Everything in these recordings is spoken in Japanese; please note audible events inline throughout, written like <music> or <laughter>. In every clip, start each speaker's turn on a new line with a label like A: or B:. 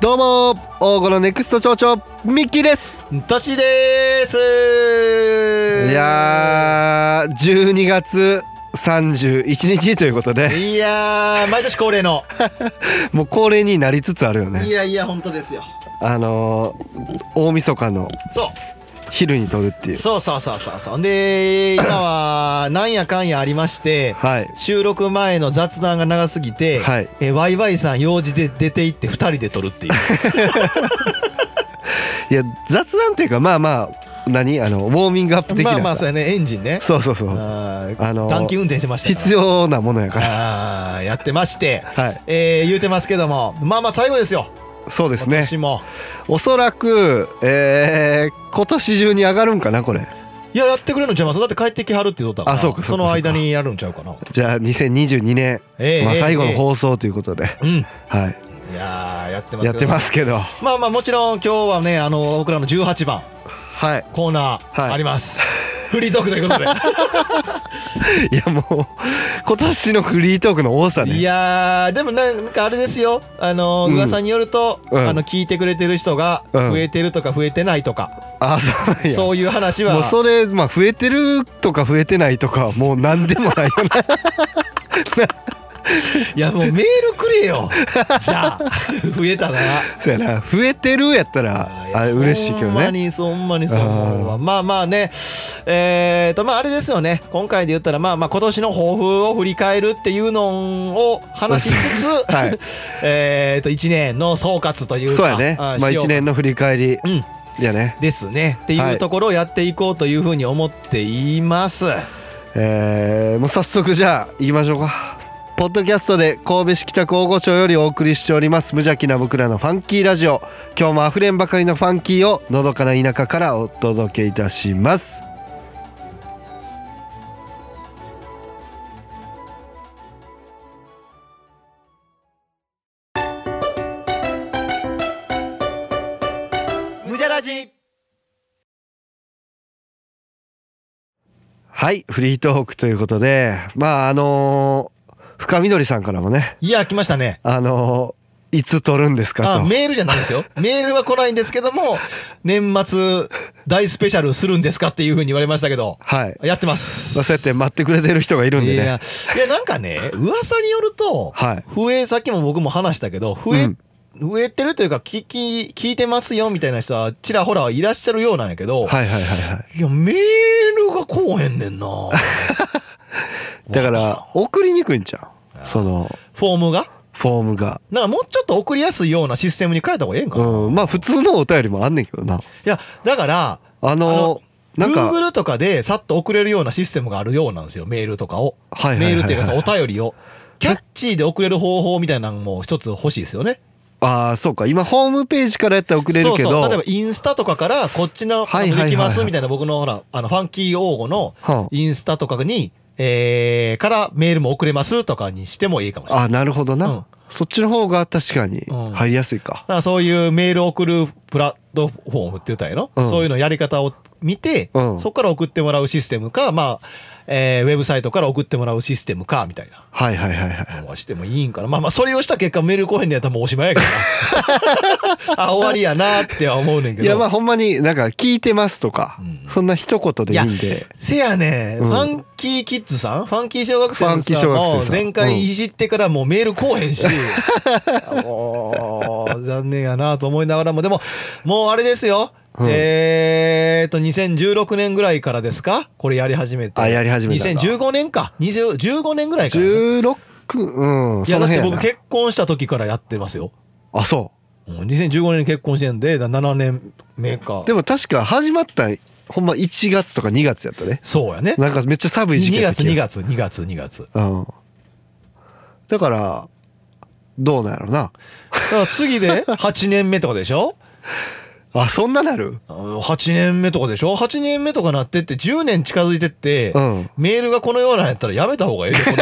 A: どうも王吾のネクスト町長ミッキーです
B: トシです
A: いやー12月31日ということで
B: いやー毎年恒例の
A: もう恒例になりつつあるよ
B: い
A: ね
B: やいや本当ですよ
A: あのー、大晦日の
B: そ
A: 昼に撮るっていうう
B: そうそうそうそうそうで今はなんやかんやありまして
A: はい
B: 収録前の雑談が長すぎて、
A: はい
B: えワイワイさん用事で出て行って二人で撮るっていう
A: <laughs> いや雑談というかまあまあ何あのウォーミングアップ的な
B: ま
A: さ
B: あまあそうやねエンジンね
A: そうそうそう
B: あー
A: あのー
B: 短期運転してましたよ
A: 必要なものやから
B: あーやってまして、
A: はい
B: えー言うてますけどもまあまあ最後ですよ
A: そうです
B: 今
A: ね
B: 年も
A: おそらくえー、今年中に上がるんかなこれ
B: いややってくれるのちゃいますだって帰ってきはるって言うとったから
A: あそうかそうか
B: の間にやるんちゃうかな
A: じゃあ2022年、
B: ええ
A: まあ、
B: ええ
A: 最後の放送ということで、
B: うんい
A: はい
B: やーやってます
A: やってますすけど
B: まあまあもちろん今日はねあの僕らの18番
A: はい
B: コーナ
A: はい
B: ーあります、 <laughs> フリートークということで
A: <laughs> いやもう今年のフリートークの多さ
B: い
A: ね
B: やーでもなんかあれですよあの
A: うん
B: 噂によると、
A: うん
B: あの聞いてくれてる人が
A: うん
B: 増えてるとか増えてないとか、
A: あそうなんや
B: そういう話
A: もう
B: は
A: それまあ増えてるとか増えてないとかはもう何でもないよ
B: いやもうメールくれよじゃあ <laughs> 増えたな
A: なそうや <laughs> な増えてるやったらあ嬉しいけど
B: ほんま
A: ね
B: にそうほんまにそう思うわまあまあねえー、とまああれですよね今回で言ったらまあまあ今年の抱負を振り返るっていうのを話しつつ、
A: <laughs> はい
B: <laughs> えーと1年の総括というか
A: そうやね
B: ん
A: まあ
B: しよう
A: 1年の振り返り
B: うん
A: やね
B: ですねっていうところをやっていこうというふうに思っています、
A: えーもう早速じゃあ行きましょうかポッドキャストで神戸市北区大御所よりお送りしております無邪気な僕らのファンキーラジオ今日もあふれんばかりのファンキーをのどかな田舎からお届けいたします
B: 無邪ラジ
A: はいフリートークということでまああのー深緑さんからもね
B: いや来ましたね
A: あのーいつ撮るんですか
B: あ
A: と
B: メールじゃないですよ
A: <laughs>
B: メールは来ないんですけども年末大スペシャルするんですかっていうふうに言われましたけど
A: はい、
B: やってます
A: まあ、そうやって待ってくれてる人がいるんで
B: い
A: ね
B: やいやなんかね噂によると、
A: はい
B: 増えさっきも僕も話したけど増え、
A: うん
B: 増えてるというか聞き聞いてますよみたいな人はちらほらいらっしゃるようなんやけど、
A: はいはいはいはい
B: い、やメールが来おへんねん
A: <laughs>
B: な
A: だから送りにくいんちゃうその
B: フォームが
A: フォームが
B: なんかもうちょっと送りやすいようなシステムに変えた方がええんかな、い
A: うんまあ普通のお便りもあんねんけどな
B: やだから
A: あのなんか
B: Google とかでさっと送れるようなシステムがあるようなんですよメールとかを、
A: はいはいはいはい
B: メールっていうかさお便りをキャッチーで送れる方法みたいなのも一つ欲しいですよね
A: ああそうか今ホームページからやったら送れるけど
B: そうそう例えばインスタとかからこっちの
A: はいはいはいはい
B: できますみたいな僕のほらあのファンキー王語の
A: は
B: インスタとかに、えー、からメールも送れますとかにしてもいいかもしれ
A: あ
B: ない。
A: あなるほどな、
B: うん
A: そっちの方が確かに
B: うん
A: 入りやすいか
B: だ、からそういうメール送るプラットフォームって言ったらいいの、
A: うん
B: そういうのやり方を見て、
A: うん
B: そこから送ってもらうシステムか、まあえーウェブサイトから送ってもらうシステムかみたいな
A: はいはいはいはい
B: のはしてもいいんかなまあまあそれをした結果メール来へんのやったらもうおしまいやけ
A: <laughs>
B: どなあ終わりやなっては思うねんけど
A: いやまあほんまになんか聞いてますとか、
B: うん
A: そんな一言でいいんで
B: せやね、
A: うん
B: ファンキーキッズさんファンキー小学生
A: ファ
B: の
A: ンキー
B: さ
A: 小学
B: も
A: 生
B: う
A: さん
B: 前回いじってからもうメール来おへんし、 <laughs> もう残念やなと思いながらもでももうあれですよ、
A: うん
B: えーと2016年ぐらいからですかこれやり始めて
A: あやり始めたんだ
B: 2015年か20 15年ぐらいから、
A: 16うん
B: い
A: そ
B: や
A: の
B: だって
A: 辺や
B: 僕
A: な
B: 結婚した時からやってますよ
A: あそ
B: うん2015年に結婚してんでだ7年目か
A: うでも確か始まったんほんま1月とか2月やったね
B: そうやね
A: なんかめっちゃ寒い時期
B: 2
A: やった
B: 月
A: 気
B: 2
A: が
B: 月2月2月
A: するうんだからどうなんやろな
B: だから次
A: <laughs>
B: で8年目とかでしょ
A: あそんななる
B: 8年目とかでしょ8年目とかなってって10年近づいてって、
A: うん
B: メールがこのようなんやったらやめた方がいいよこ
A: <laughs>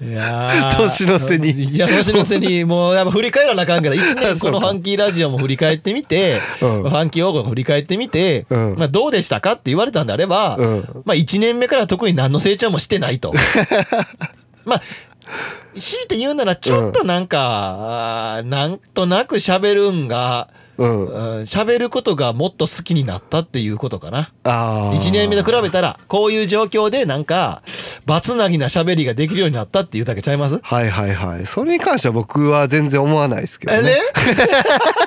B: れいやー
A: 年の瀬に
B: いや年の瀬にもうやっぱ振り返らなあか
A: <laughs>
B: んから一年
A: そ
B: こ
A: う
B: の
A: か
B: ファンキーラジオも振り返ってみて、
A: うん
B: ファンキー王国振り返ってみて、
A: うん
B: まあ、どうでしたかって言われたんであれば、
A: うん
B: まあ、1年目から特に何の成長もしてないと。まあ強いて言うならちょっとなんか、あーなんとなく喋るんが
A: うん
B: うん喋ることがもっと好きになったっていうことかな
A: ああ
B: 1年目と比べたらこういう状況でなんかバツなぎな喋りができるようになったっていうだけちゃいます
A: はいはいはいそれに関しては僕は全然思わないですけど
B: あれい
A: ね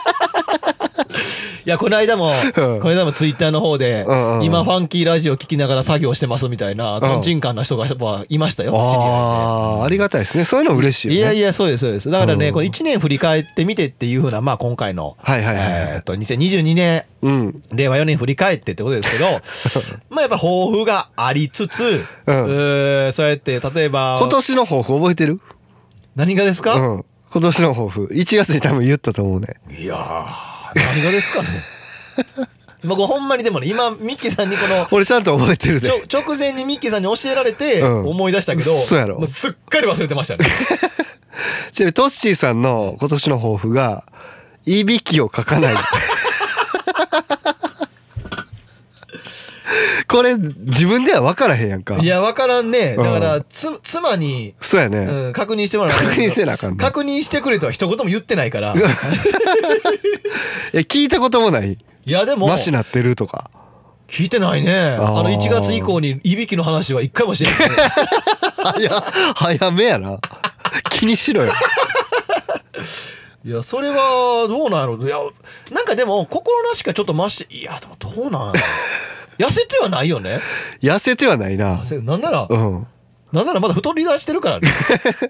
B: <laughs> やこの間も、
A: うん
B: この間もツイッターの方で、
A: うんうん
B: 今ファンキーラジオ聞きながら作業してますみたいな、とん、トンチンカンな人がやっぱいましたよ知り合い
A: ああありがたいですねそういうの嬉しいよ
B: で。
A: ね
B: いやいやそうですそうですだからね、
A: うん
B: これ1年振り返ってみてっていうふうなまあ今回の、
A: はいはいはいはい
B: えーっと2022年
A: うん
B: 令和4年振り返ってってことですけ
A: <laughs>
B: どまあやっぱ抱負がありつつ、う
A: うん
B: ーそうやって例えば
A: 今年の抱負覚えてる
B: 何がです
A: う
B: か、
A: ん今年の抱負1月に多分言ったと思うね
B: いやー何がですかね <laughs> 僕ほんまにでもね今ミッキーさんにこの
A: 俺ちゃんと覚えてるで
B: ちょ直前にミッキーさんに教えられて
A: うん
B: 思い出したけど、
A: そうやろ
B: もうすっかり忘れてましたね
A: ちなみにトッシーさんの今年の抱負がいびきをかかない <laughs> これ自分では分からへんやんか
B: いや分からんねだから、
A: うん
B: つ妻に、
A: そうやね、
B: うん、確認してもらわ
A: 確認せ
B: な
A: なあかんね
B: 確認してくれとは一言も言ってないから
A: え聞いたこともない
B: いやでも
A: マシなってるとか
B: 聞いてないね
A: ー
B: あの1月以降にいびきの話は一回もしてない、
A: <laughs> いや早めやな <laughs> 気にしろよ
B: いやそれはどうなんやろういやなんかでも心なしかちょっとましいやでもどう
A: <laughs>
B: なんやろ痩せてはないよね
A: 痩せてはないな
B: 痩せなんなら
A: うん
B: なんならまだ太り出してる
A: <laughs>
B: からね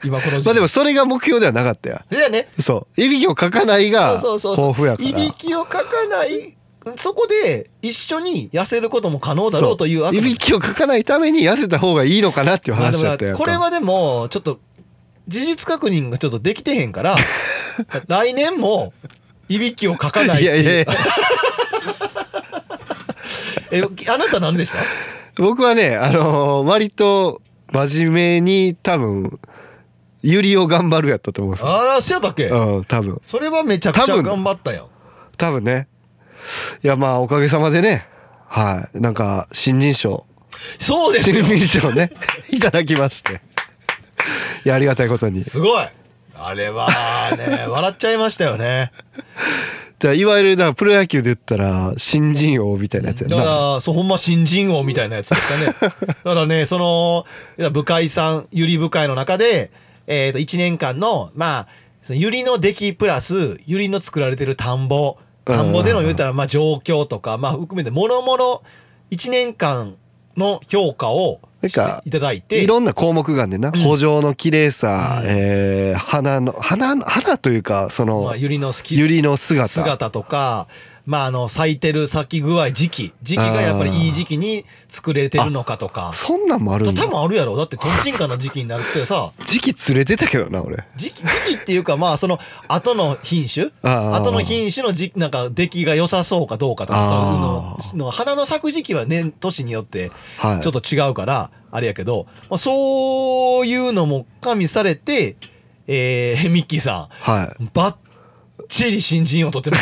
B: 今この時期
A: まあでもそれが目標ではなかったや
B: でだよね
A: そういびきをかかないが
B: そうそう
A: 抱
B: そう
A: 負
B: そう
A: やから
B: いびきをかかないそこで一緒に痩せることも可能だろうというあく
A: い
B: まで
A: びきをかかないために痩せた方がいいのかなっていう
B: まあで
A: 話
B: も
A: だったやんか
B: これはでもちょっと事実確認がちょっとできてへんから
A: <laughs>
B: 来年もいびきをかかない
A: いやいやいや
B: えあなた何でした
A: 僕はねあのー割と真面目に多分ゆりを頑張るやったと思うんですよ
B: あらそうやったっけ
A: うん多分
B: それはめちゃくち
A: 多
B: ゃ
A: 分
B: 頑張ったやん
A: 多分ねいやまあおかげさまでねはいなんか新人
B: <laughs>
A: 賞
B: そうです
A: 新
B: よ
A: <laughs> 人賞ねいただきましていやありがたいことに
B: すごいあれはね笑っちゃいましたよね
A: じゃあいわゆるだからプロ野球で言ったら新人王みたいなやつやん
B: だか
A: な
B: らそうほんま新人王みたいなやつでしたね
A: <laughs>
B: だからねそのいや部会さんゆり部会の中で、えー、と1年間のまあそのゆりの出来プラスゆりの作られてる田んぼ田んぼでの言うたらまあ状況とかまあ含めてもろもろ1年間の評価を
A: なん
B: して
A: か
B: いただいて
A: いろんな項目があんねんな、補助の綺麗さ、
B: うん
A: えー花の花の花というかその、
B: まあ、ゆりの好き
A: ゆりの姿
B: 姿とか、まあ、あの咲いてる咲き具合時期時期がやっぱりいい時期に作れてるのかとか
A: そんなんもある
B: 多
A: んだ
B: 分あるやろだってとんちんかの時期になるってさ
A: 時期連れてたけどな俺
B: 時期時期っていうかまあその後の品種
A: あー
B: 後の品種のじなんか出来が良さそうかどうかとか
A: あー
B: そういうのの花の咲く時期は年年によって
A: はい
B: ちょっと違うからあれやけど、まあ、そういうのも加味されて、えー、ミッキーさ
A: は
B: んバッチリ新人を取ってま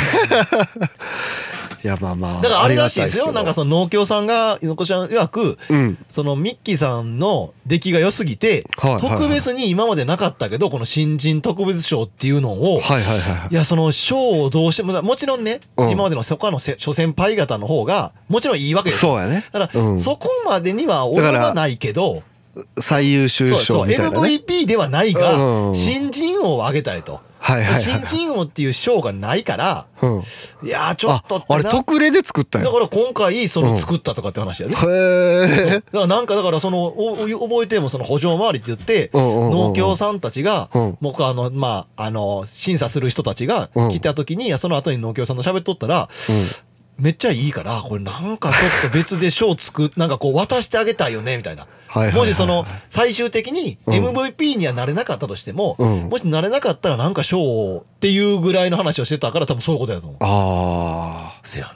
B: す
A: <laughs>
B: ね。
A: いいやまあまあ
B: だからあれらしいですよ
A: あり
B: なんか
A: がた
B: その農協さんが横ちゃん曰く
A: いけどうん
B: そのミッキーさんの出来が良すぎて、
A: はいはいはい
B: 特別に今までなかったけどこの新人特別賞っていうのを、
A: はいはいはいはい
B: いやその賞をどうしてももちろんね、
A: うん
B: 今までの他のせ諸先輩方の方がもちろんいいわけですよ
A: そうやね
B: だから、
A: うん
B: そこまでには及ばないけど
A: 最優秀
B: そう
A: 賞
B: そう
A: みたいなね
B: MVP ではないが、
A: うん
B: 新人王をあげたいと
A: はいはいはい
B: 新人王っていう賞がないから
A: うん
B: いやーちょ
A: あ
B: っとってな
A: あれ特例で作ったん
B: だ
A: や
B: から今回そうの
A: ん
B: 作ったとかって話やね、
A: へえ
B: だからなんかだからそのおお覚えてもその補助回りって言って
A: うんうんうんうん
B: 農協さんたちが
A: うん
B: 僕あのまああの審査する人たちが
A: うん
B: 来た時にその後に農協さんと喋っとったらめっちゃいいからこれなんかちょっと別で賞作っ <laughs> なんかこう渡してあげたいよねみたいな。
A: はいはいはい
B: もしその最終的に
A: うん
B: MVP にはなれなかったとしても、
A: うん
B: もしなれなかったらなんか賞をっていうぐらいの話をしてたから多分そういうことやと思う。
A: ああ
B: せやね。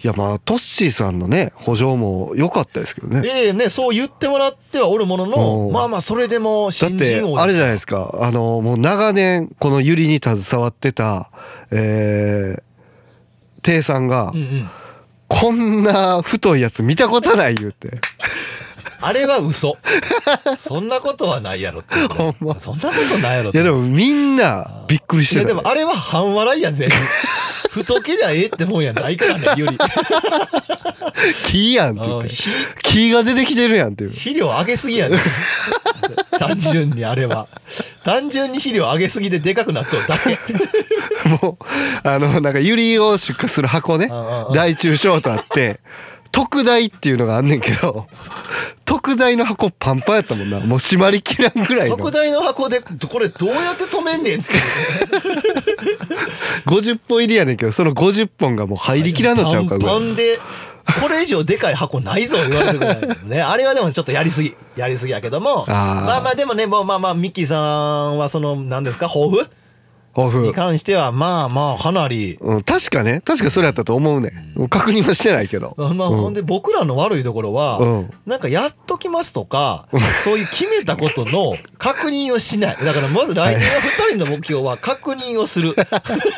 A: いやまあトッシーさんのね補助も良かったですけどね
B: でねそう言ってもらってはおるもの
A: う
B: の
A: ん
B: まあまあそれでも
A: だっ
B: 新
A: て
B: 人王
A: あれじゃ
B: ん
A: ないですかあのもう長年このユリに携わってたえーテイさんが
B: うんうん、
A: こんな太いやつ見たことない言うて
B: あれは嘘そんなことはないやろっていうぐらい
A: ほんま
B: そんなことないやろっ
A: い
B: て
A: やでもみんなびっくりし
B: いや
A: て
B: で
A: たね
B: もあれは半笑いやん全員太けりゃええってもんやないからねより
A: <laughs> 木やんって言っ
B: うん
A: て
B: ひ
A: 木が出てきてるやんっていう
B: 肥料上げすぎやね単純にあれは単純に肥料上げすぎででかくなっとるだけ
A: <laughs> もうあのなんかユリを出荷する箱ね
B: うんうんうん
A: 大中小とあって特大っていうのがあんねんけど特大の箱パンパンやったもんなもう閉まりきらんぐらいの
B: 特大の箱でこれどうやって止めんねんって
A: 50本入りやねんけどその50本がもう入りきらんのちゃうかぐら
B: パン
A: い
B: パンでこれ以上でかい箱ないぞ言われるぐらいだもんね <laughs> あれはでもちょっとやりすぎやりすぎやけども
A: あー
B: まあまあでもねもうまあまあミッキーさんはその何ですか抱負
A: オフ
B: に、関してはまあまあかなり、
A: うん、確かね確かそれやったと思うねんもう確認はしてないけど、
B: まあまあ、
A: うん
B: ほんで僕らの悪いところは、
A: うん
B: なんかやっときますとか、そういう決めたこと
A: <laughs>
B: の確認をしないだからまず来年は2人の目標は確認をする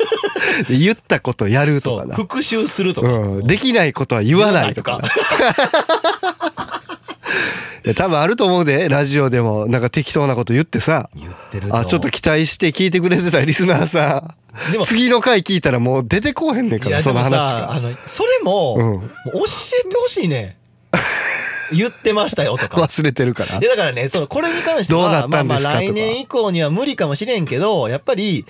A: <laughs> 言ったことやると
B: そ
A: か
B: う
A: な
B: 復習するとか、
A: うん、できないことは言わないとか
B: 言わ
A: いや多分あると思うでラジオでもなんか適当なこと言ってさ
B: 言ってると
A: <laughs> あちょっと期待して聞いてくれてたリスナーさん
B: でも
A: 次の回聞いたらもう出てこうへんねんか
B: い
A: ら
B: や
A: そ
B: で
A: の
B: も
A: 話
B: さあ
A: が
B: のそれも,、
A: うん
B: 教えてほしい
A: <laughs>
B: ね言ってましたよとか。
A: 忘れてるから
B: いやだからねそのこれに関して
A: どうな
B: は
A: った
B: まあ
A: ん
B: ま
A: で
B: あ
A: すかとか
B: 来年以降には無理かもしれんけどやっぱり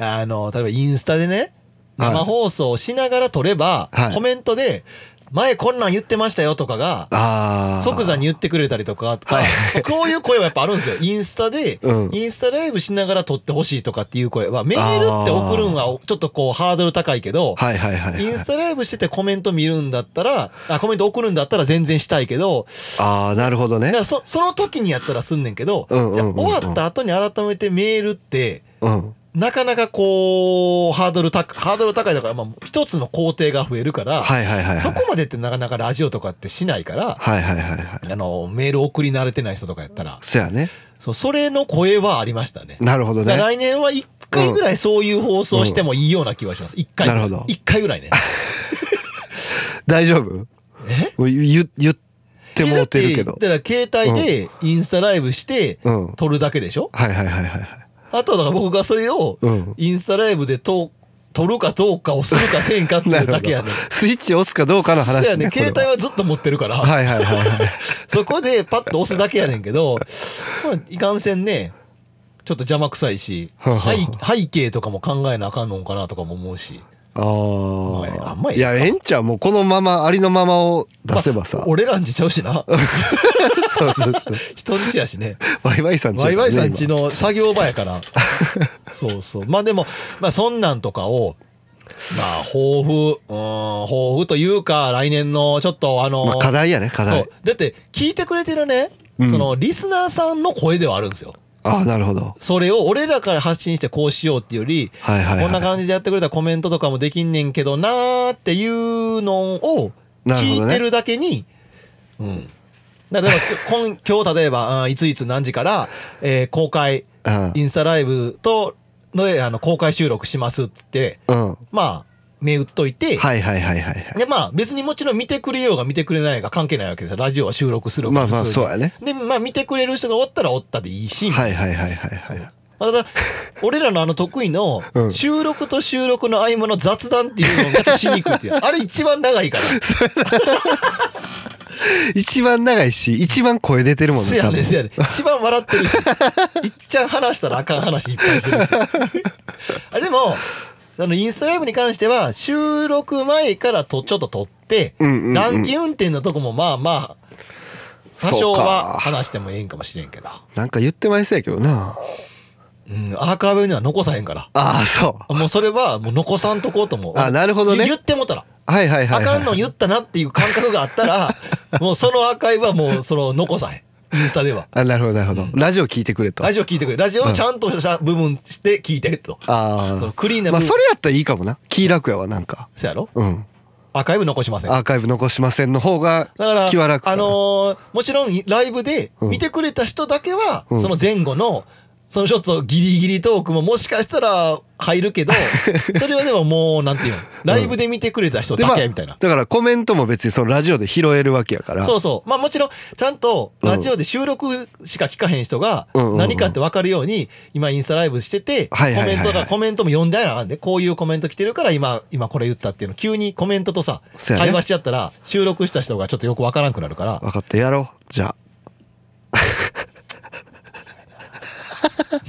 B: あの例えばインスタでね
A: はい
B: 生放送をしながら撮れば、
A: はい
B: コメントで「前こんなん言ってましたよ」とかが
A: あー
B: 即座に言ってくれたりとかとか、
A: はい
B: こういう声はやっぱあるんですよインスタで、
A: うん
B: インスタライブしながら撮ってほしいとかっていう声はメールって送るんはちょっとこうハードル高いけど、
A: はいはいはいはい
B: <laughs> インスタライブしててコメント見るんだったらあコメント送るんだったら全然したいけど
A: ああなるほど
B: だ
A: ね
B: からそその時にやったらすんねんけど、
A: うんうんうんうん
B: じゃあ終わった後に改めてメールって
A: うん
B: なかなかこうハードル高ハードル高いだから、まあ、一つの工程が増えるから、
A: はいはいはいはい
B: そこまでってなかなかラジオとかってしないから。
A: はいはいはいはい
B: あのメール送り慣れてない人とかやったら
A: そやね
B: そうそれの声はありましたね
A: なるほど
B: だから
A: ね
B: 来年は1回ぐらいそういう放送してもいいような気はします1回
A: なるほど
B: 1回ぐらい
A: <laughs>
B: ね
A: 大丈夫
B: え
A: 言言ってもうてるけ
B: だ
A: ど
B: ってだから携帯でインスタライブして
A: うん
B: 撮るだけでしょ、
A: はいはいはいはいはい
B: あとはだから僕がそれを
A: うん
B: インスタライブでと撮るかどうかをするかせんかってい
A: な
B: う
A: るほ
B: だ
A: ど
B: けやねん
A: スイッチ押すかどうかの話
B: そうやねん
A: これ
B: 携帯はずっと持ってるから、
A: はいはいはいはい
B: そこでパッと押すだけやねんけ
A: <laughs>
B: ど、まあ、いかんせんねちょっと邪魔くさいし背背景とかも考えなあかんのんかなとかも思うし
A: あ
B: あ
A: あ
B: んまええ
A: いやええんちゃうもうこのままありのままを出せばさ、
B: まあ俺らんちちゃうし
A: <laughs>
B: な
A: そうそうそう
B: 人んちやしね
A: ワイワイさんちや
B: ワ
A: からね
B: イワイさんち
A: 今
B: の作業場やから
A: <laughs>
B: そうそうまあでもまあそんなんとかをまあ抱負うん抱負というか来年のちょっとあの、
A: まあ課題やね課
B: そ
A: 題
B: うだって聞いてくれてるね、
A: うん
B: そのリスナーさんの声ではあるんですよ
A: ああなるほど
B: それを俺らから発信してこうしようっていうより、
A: はいはい、はい、
B: こんな感じでやってくれたらコメントとかもできんねんけどなーっていうのを
A: なるほどね
B: 聞いてるだけに、うんだから例えば今今日例えばあーいついつ何時から、えー公開インスタライブとのあの公開収録しますって
A: うん、うん、
B: まあ目打っといて、
A: はいはいはいはいはい
B: でまあ別にもちろん見てくれようが見てくれないが関係ないわけですよラジオは収録する
A: まあまあ
B: 普通
A: そう
B: に
A: やね
B: でまあ見てくれる人がおったらおったでいいし、
A: はいはいはいはいはい
B: まあただ <laughs> 俺らのあの得意の
A: うん
B: 収録と収録の合間の雑談っていうのがちょっとしにくいっていうあれ一番長いから
A: それ一番長いし一番声出てるもん
B: せ
A: ね多
B: や
A: 分
B: ねせやね一番笑ってる
A: <laughs>
B: しいっちゃん話したらあかん話いっぱいしてるしあでもあのインスタライブに関しては収録前からとちょっと撮って
A: うんうんうん
B: 暖気運転のとこもまあまあ多少
A: そう
B: は
A: か
B: 話してもええんかもしれんけど
A: なんか言ってまいそうやけどな
B: うんアーカイブには残さへんから
A: ああそう
B: もうそれはもう残さんとこうと思う
A: あなるほどね
B: 言ってもたら
A: はいはいはい、
B: あか
A: はい、
B: んの言ったなっていう感覚があった
A: <laughs>
B: らもうそのアーカイブはもうその残さへんインスタでは
A: あなるほどなるほど、ラジオ聞いてくれと
B: ラジオ聞いてくれラジオのちゃんとした部分して聞いてとその
A: あ
B: クリーン
A: あ
B: な部
A: まあ
B: 分
A: それやったらいいかもな気楽やわなんか
B: そやろ
A: うん
B: アーカイブ残しませんだ
A: アーカイブ残しませんの方が
B: から
A: 気は楽かな
B: あのーもちろんライブで
A: うん
B: 見てくれた人だけは、
A: うん
B: その前後のそのちょっとギリギリトークももしかしたら入るけ
A: <laughs>
B: どそれはでももうなんていうのライブで見てくれた人
A: で
B: だ
A: まあ
B: けみたいな、
A: だからコメントも別にそのラジオで拾えるわけやから
B: そうそうまあもちろんちゃんとラジオで収録しか聞かへん人が
A: うんうんうん
B: 何かって分かるように今インスタライブしててコ
A: はいはいはい
B: メ
A: は
B: ン
A: い
B: トがコメントも読んであらあかんでこういうコメント来てるから今今これ言ったっていうの急にコメントとさ
A: そうやね
B: 会話しちゃったら収録した人がちょっとよく分からんくなるから
A: 分かってやろうじゃ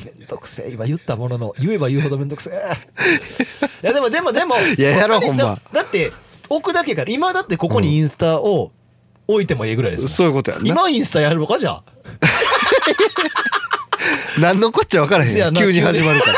B: めんどくせえ今言ったものの言えば言うほどめんど
A: <laughs>
B: くせえいやでもでもでも
A: いややろう
B: そなに
A: ほんま
B: だだって置くだけやから今だってここにインスタを置いてもええぐらいで
A: あ
B: すも
A: そ
B: ん、
A: ういうことやんな
B: 今インスタやるのかじゃあ
A: 何のこっちゃ分からへん
B: せや
A: やん
B: な
A: 急に始ま
B: <laughs>
A: るから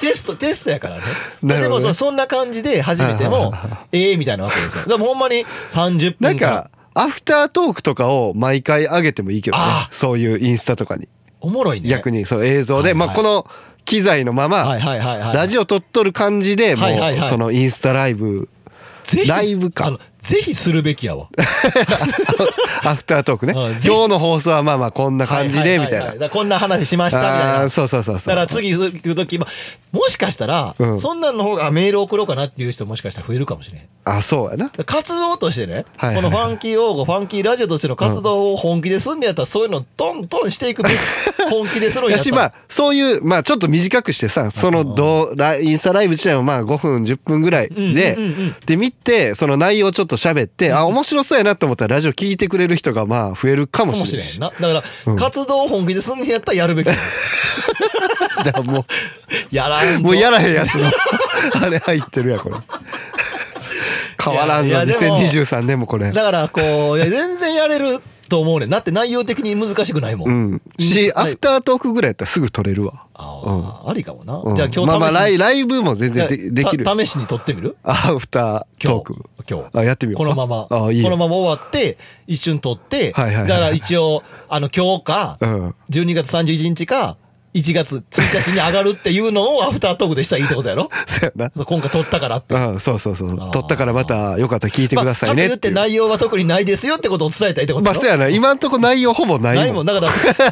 B: テストテストやからね
A: <laughs> なる
B: で
A: ほどね
B: もそそんな感じで始めて
A: <laughs> はいはい
B: も
A: はい
B: ええみたいなわけです
A: <laughs>
B: よでもほんまに30分
A: なんかアフタートークとかを毎回上げてもいいけどね
B: ああ
A: そういうインスタとかに
B: おもろいね
A: 逆
B: に
A: にその映像で、
B: はいはい
A: まあ、この機材のまま、
B: はいはいはいはい
A: ラジオ撮っとる感じでもう、
B: はいはいはい
A: そのインスタラ
B: <laughs>
A: イブ
B: ぜひ
A: ライブか
B: あのぜひするべきやわ
A: アフタートークね
B: うんぜひ
A: 今日の放送はまあまあこんな <laughs> 感じでみ
B: は
A: た
B: はははいだからこんな話しましたみたい
A: なあ
B: な
A: ーそうそうそうそう
B: だから次行く時まあもしかしたら、
A: うん
B: そんなんの方がメール送ろうかなっていう人もしかしたら増えるかもしれん
A: あそうやな
B: 活動としてね、
A: はいはいは
B: こ
A: い
B: のファンキー用語ファンキーラジオとしての活動を本気でするんでやったら、そういうのトントンしてい
A: <laughs>
B: くべき本気でするんや
A: や
B: った
A: し
B: ら
A: まあそういうまあちょっと短くしてさそのどうラインスタライブ自体もまあ5分10分ぐらいで、
B: うんうんうんうん
A: で見てその内容ちょっと喋ってあ面白そうやなと思ったらラジオ聞いてくれる人がまあ増えるかも
B: かも
A: し
B: し
A: れな
B: れ
A: い
B: へんな。
A: し
B: だから、
A: ん
B: 活動を本気ですんねやったらや
A: <laughs>
B: るべき。
A: だからも
B: やらん
A: う
B: ぞ
A: もうやらへんやつのあれ入ってるや
B: <laughs>
A: んこれ変わらん
B: い
A: ぞ
B: やいやでも
A: 2023年もこれ
B: だから、こう、いや全然やれると思うねん。だって内容的に難しくないもん。
A: うんしアフタートークぐらいやったらすぐ撮れるわ
B: あーありかもな。
A: うん
B: じゃあ今日試しに
A: まあまあライライブも全然でできる
B: た試しに撮ってみる
A: アフター
B: 今
A: トー
B: 日
A: ク
B: 今日
A: あやってみよう
B: こ
A: か
B: のまま
A: あいいよ
B: このまま終わって一瞬撮って、
A: はいはいはいはい
B: だから一応あの今日か、
A: うん
B: 12月31日か1月1日に上がるっていうのをアフタートークでしたらいいってことやろ <laughs>
A: <laughs> そうやな
B: 今回撮ったからって。
A: うん、そうそうそう
B: あー
A: 撮ったからまたよかったら聞いてくださいね
B: まあ、かと言
A: っ
B: ってて
A: いう、
B: 内容は特にないですよってことを伝えたいってこと
A: ま
B: や
A: あ
B: ろ
A: そうやな今んとこ内容ほぼないもん
B: ないもんだか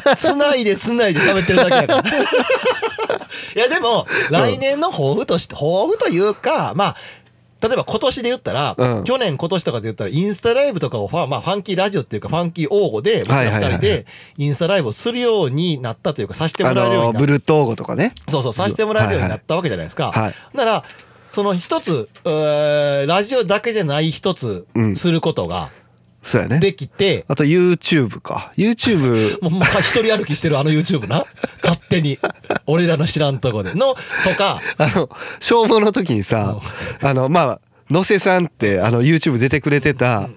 B: らつないでつないで喋ってるだけやから
A: <laughs>
B: いやでも来年の抱負として抱負というかまあ例えば今年で言ったら、
A: うん
B: 去年今年とかで言ったらインスタライブとかをファ,、まあ、ファンキーラジオっていうかファンキー応募で僕
A: はい
B: ら
A: はいはい
B: 二人でインスタライブをするようになったというかさせて
A: あ
B: もらえるよう
A: の
B: にな
A: ブ
B: った
A: ルートーゴとかね
B: そうそうさせてもらえるようになったわけじゃないですか。
A: はいはい
B: ならその一つ、えーラジオだけじゃない一つ
A: うん
B: することが
A: そうやね
B: できて、
A: あと YouTube か
B: <laughs>
A: YouTube
B: もう、まあ、一人歩きしてるあの YouTube な。勝手に。俺らの知らんとこで。の、とか、
A: あの消防の時にさあのまあ野瀬さんってあの YouTube 出てくれてた、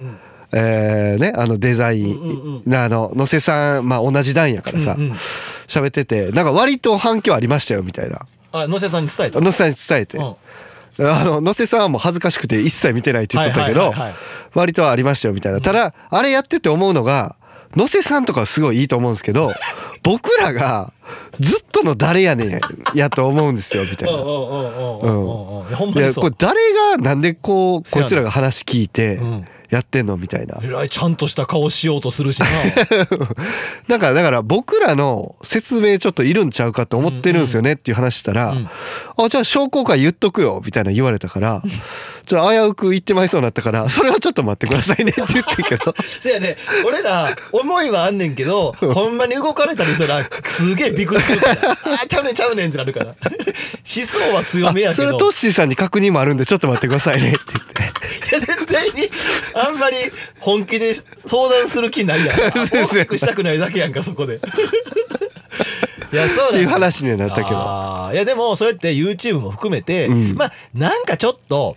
A: えーね、あのデザイン、
B: うんうん
A: あの野瀬さん、まあ、同じ段やからさ
B: うんうん
A: 喋、っててなんか割と反響ありましたよみたいな
B: あ、野瀬さんに伝えた。
A: 野瀬さんに伝えて、
B: うん
A: あの野瀬さんはもう恥ずかしくて一切見てないって言ってたけ
B: はい
A: ど
B: はいはいはい
A: 割とありましたよみたいなただあれやってて思うのが野瀬さんとかはすごいいいと思うんですけど
B: <laughs>
A: 僕らがずっとの誰やねんやと思うんですよみたい
B: <laughs> うん
A: な。
B: うんうんうんうんうんいやほん
A: い
B: まに
A: や
B: そ
A: これ
B: う。
A: 誰がなんでこう
B: せや
A: こ
B: ねん
A: いつらが話聞いて
B: うん
A: やってんのみたいな
B: えらいちゃんとした顔しようとするし
A: <laughs>
B: な。
A: だからだから僕らの説明ちょっといるんちゃうかと思ってるんですよねっていう話したら「
B: うん
A: あじゃあ商工会言っとくよ」みたいな言われたからちょっと危うく言ってまいそうになったから「それはちょっと待ってくださいね」って言ってんけ
B: <laughs>
A: ど
B: せやね、俺ら、思いはあんねんけど、ほんまに動かれたりしたら、すげえびっくりするから。あー、ちゃうねんちゃうねんってなるから。思想は強めや
A: あ
B: け
A: それ
B: ど。
A: はトッシーさんに確認もあるんでちょっと待ってくださいねって
B: い
A: 言って。
B: や全然対にあんまり本気で相談する気ないやん
A: そうですよね
B: 大きくしたくないだけやんかそこで <laughs> いやそう
A: て
B: な
A: いう
B: んだ
A: 話にはなったけど
B: あーいやでもそうやって YouTube も含めて、
A: うん
B: まあなんかちょっと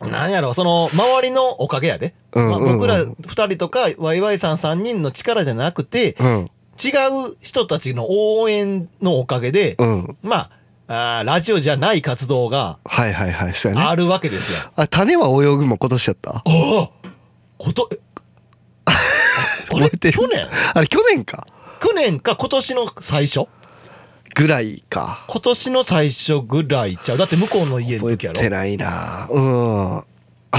B: なんやろその周りのおかげやで、
A: うん
B: まあ
A: うんうん
B: 僕ら2人とかワイワイさん3人の力じゃなくて
A: うん
B: 違う人たちの応援のおかげで、
A: うん
B: まああーラジオじゃない活動が
A: はいはいはいそうやね
B: あるわけですよ。
A: あ種は泳ぐも今年やった
B: ああことえあ
A: <laughs> 覚
B: れ
A: えてる
B: 去年
A: あれ去年か
B: 去年か今年の最初
A: ぐらいか
B: 今年の最初ぐらいちゃうだって向こうの家の
A: 覚え
B: 時やろ
A: てないなうんあ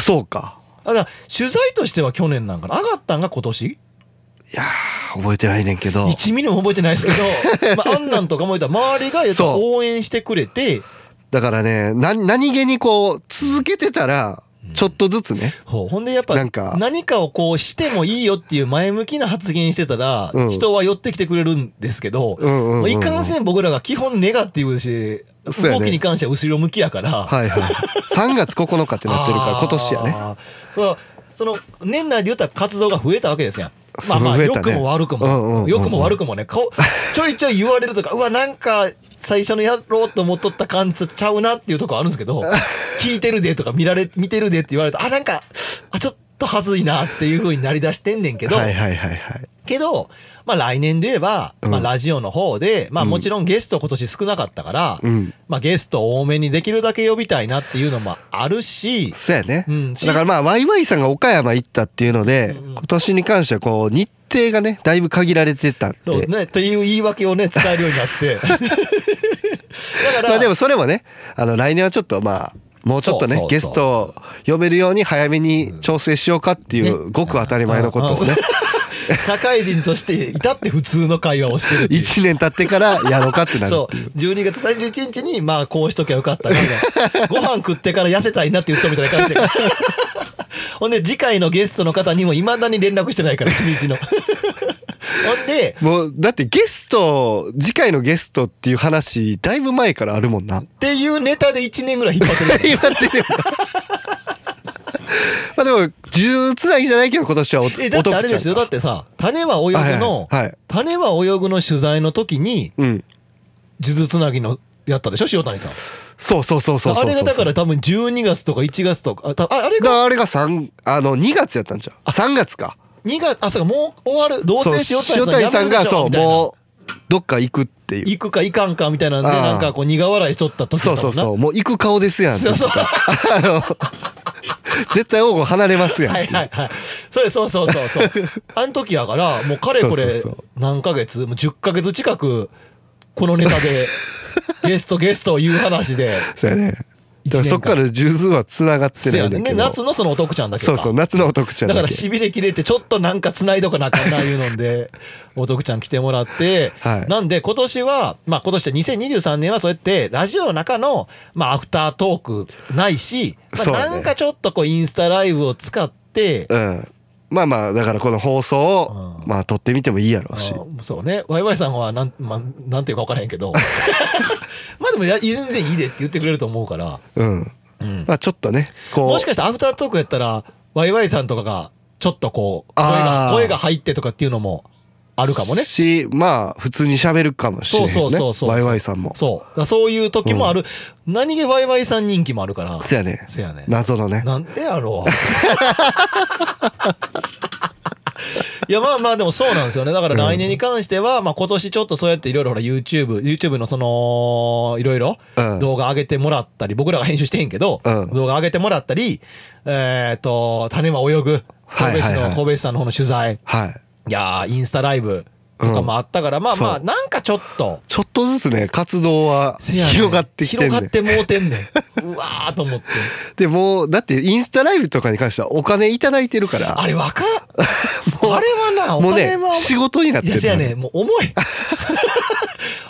A: そうか
B: あだから取材としては去年なんかな上がったんが今年
A: いやー覚えてないねんけど
B: 1ミリも覚えてないです
A: <laughs>
B: けど、まあ、あんなんとかも言ったら周りが言ったら
A: そう
B: 応援してくれて
A: だからねな何気にこう続けてたらちょっとずつね、
B: ほうほんでやっぱ
A: なんか
B: 何かをこうしてもいいよっていう前向きな発言してたら
A: うん
B: 人は寄ってきてくれるんですけど、
A: うんうんうんうん
B: もういかんせん僕らが基本ネガティブだし
A: そうや
B: 動
A: ね
B: きに関しては後ろ向きやから、
A: はいはい3月9日ってなってるから
B: あー
A: 今年やね。
B: そうその年内で言ったら活動が増えたわけですやん。まあま
A: そ
B: あ
A: れ増
B: 良
A: えたね
B: くも悪くも、
A: うんうんうんうん
B: 良くも悪くもね顔ちょいちょい言われるとかうわなんか最初のやろうと思っとった感じとちゃうなっていうとこあるんですけ
A: <laughs>
B: ど聞いてるでとか見られ見てるでって言われるとあなんかあちょっとはずいなっていう風になりだしてんねんけど、
A: はいはいはいはい
B: けど、まあ、来年で言えば、
A: うん
B: まあ、ラジオの方で、まあ、
A: うん
B: もちろんゲスト今年少なかったから、
A: うん
B: まあ、ゲスト多めにできるだけ呼びたいなっていうのもあるし、
A: そうやね、
B: うん
A: だからまあワイワイさんが岡山行ったっていうので、
B: うんうん
A: 今年に関してはこう日程がねだいぶ限られてたんで
B: そうね、という言い訳をね使えるようになって
A: <laughs>
B: だから、
A: まあでもそれもねあの来年はちょっとまあもうちょっとね
B: そうそうそう
A: ゲストを呼べるように早めに調整しようかっていう、
B: ね
A: ごく当たり前のこと
B: う
A: を
B: んう
A: ね
B: ん社会人として至って普通の会話をしてるっていう
A: 1年経ってからやろうかってなる
B: そう12月31日にまあこうしときゃよかったな
A: <laughs>
B: みたいなご飯食ってから痩せたいなって言ったみたいな感じやから <laughs> ほんで次回のゲストの方にもいまだに連絡してないから日にちの
A: <laughs>
B: ほんで
A: もうだってゲスト次回のゲストっていう話だいぶ前からあるもんな
B: っていうネタで1年ぐらい引っ張ってる
A: 言われてるよな <laughs> まあでも呪術つなぎじゃないけど今年はおお
B: えだってあれですよ
A: と
B: だってさ「種は泳ぐ」の
A: はいはいはい
B: 「種は泳ぐ」の取材の時に
A: うん
B: 数珠つなぎのやったでしょ塩谷さん
A: そうそうそうそうそうそう
B: あれがだから多分12月とか1月とかあたああれ
A: だか
B: が
A: らあれが三あの2月やったんじゃう3月か
B: 2月あそうかもう終わる同棲
A: そう
B: 塩
A: 塩
B: 谷
A: 谷
B: さ
A: さ
B: ん
A: ん
B: やめるでしょ
A: がそう
B: みたいな
A: もうどっか行くっていう
B: 行くか行かんかみたいなんで
A: ああ
B: なんかこう苦笑いしとった時だっ
A: そう
B: たも
A: そうん
B: な
A: そうもう行く顔ですやんって
B: そうそうは
A: あの絶対王吾離れますやんってい
B: いうはいはいそれそうそうそうそう
A: <laughs>
B: あの時やからもうかれこれ
A: そうそうそ
B: 何ヶ月もう10ヶ月近くこのネタで
A: <laughs>
B: ゲストゲストを言う話で
A: そうやねだからそっから数珠はつながって
B: せ
A: ない
B: や
A: んだ
B: ね
A: けど、
B: ね夏のそのお得ちゃんだけ
A: そうそう夏のお得ちゃん
B: だ
A: だけ
B: からしびれ切れてちょっとなんか繋いどかなあかんないうのん
A: <laughs>
B: でお徳ちゃん来てもらって、
A: はい
B: なんで今年はまあ今年で2023年はそうやってラジオの中のまあアフタートークないし、まあ
A: そうね
B: なんかちょっとこうインスタライブを使って、
A: うん、まあまあだからこの放送を、
B: うん
A: まあ撮ってみてもいいやろ
B: あ
A: うし
B: ーそうねワイワイさんはなん,、まあ、なんていうか分からへんけ
A: <laughs>
B: どまあでもや全然いいでって言ってくれると思うから、
A: うん
B: うん
A: まあちょっとねこう
B: もしかしたらアフタートークやったらワイワイさんとかがちょっとこう声
A: あ
B: が
A: ー
B: 声が入ってとかっていうのもあるかもね。
A: しまあ普通に喋るかもしれない、ね、
B: そうそうそうそう
A: ワイワイさんも
B: そう。だからそういう時もある。何気ワイワイさん人気もあるから。
A: せやね
B: せやね。
A: 謎のね
B: なんでやろう。いやまあまあでもそうなんですよねだから来年に関しては、まあ今年ちょっとそうやっていろいろほら YouTubeYouTube のそのいろいろ
A: うん
B: 動画上げてもらったり僕らが編集してへんけど、
A: うん
B: 動画上げてもらったりえっ、と「種は泳ぐ」
A: はいは
B: 神戸
A: いはい
B: 市の神戸市さんの方の取材
A: はい
B: いやーインスタライブとかもあったから、まあま
A: そ
B: あ
A: う
B: なんかちょっと
A: ちょっとずつね活動は
B: せやねん
A: 広がってきてんね
B: 広が
A: ん
B: ってもうてんね
A: <laughs>
B: んうわーと思って
A: でもうだってインスタライブとかに関してはお金いただいてるから
B: あれわかんあれはなお
A: もう
B: 金
A: ね
B: は、
A: 仕事になっ
B: い
A: て
B: や
A: る
B: せやねんもう重
A: <laughs>
B: い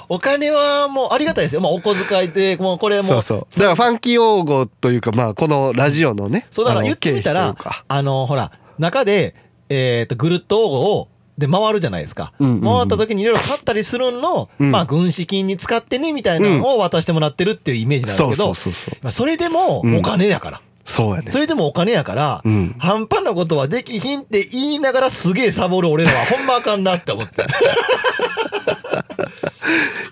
B: お金はもうありがたいですよ、まあ、お小遣いでもうこれも
A: そうそうだからファンキー用語というかまあこのラジオのね
B: そうだから
A: あの
B: 言ってみた
A: 経
B: ら
A: 費というか
B: あのほら中でえー、とぐるっと応募をで回るじゃないですか、
A: うんうんうん
B: 回った時にいろいろ買ったりするのを、
A: うん
B: まあ軍資金に使ってねみたいなのを渡してもらってるっていうイメージなんです
A: そ
B: け
A: うそ
B: ど
A: うそうそう
B: まあそれでも
A: うん
B: お金やから、
A: そうやね
B: それでもお金やから、
A: うん
B: 半端なことはできひんって言いながらすげえサボる俺らは <laughs> ほんまあかんなって思って。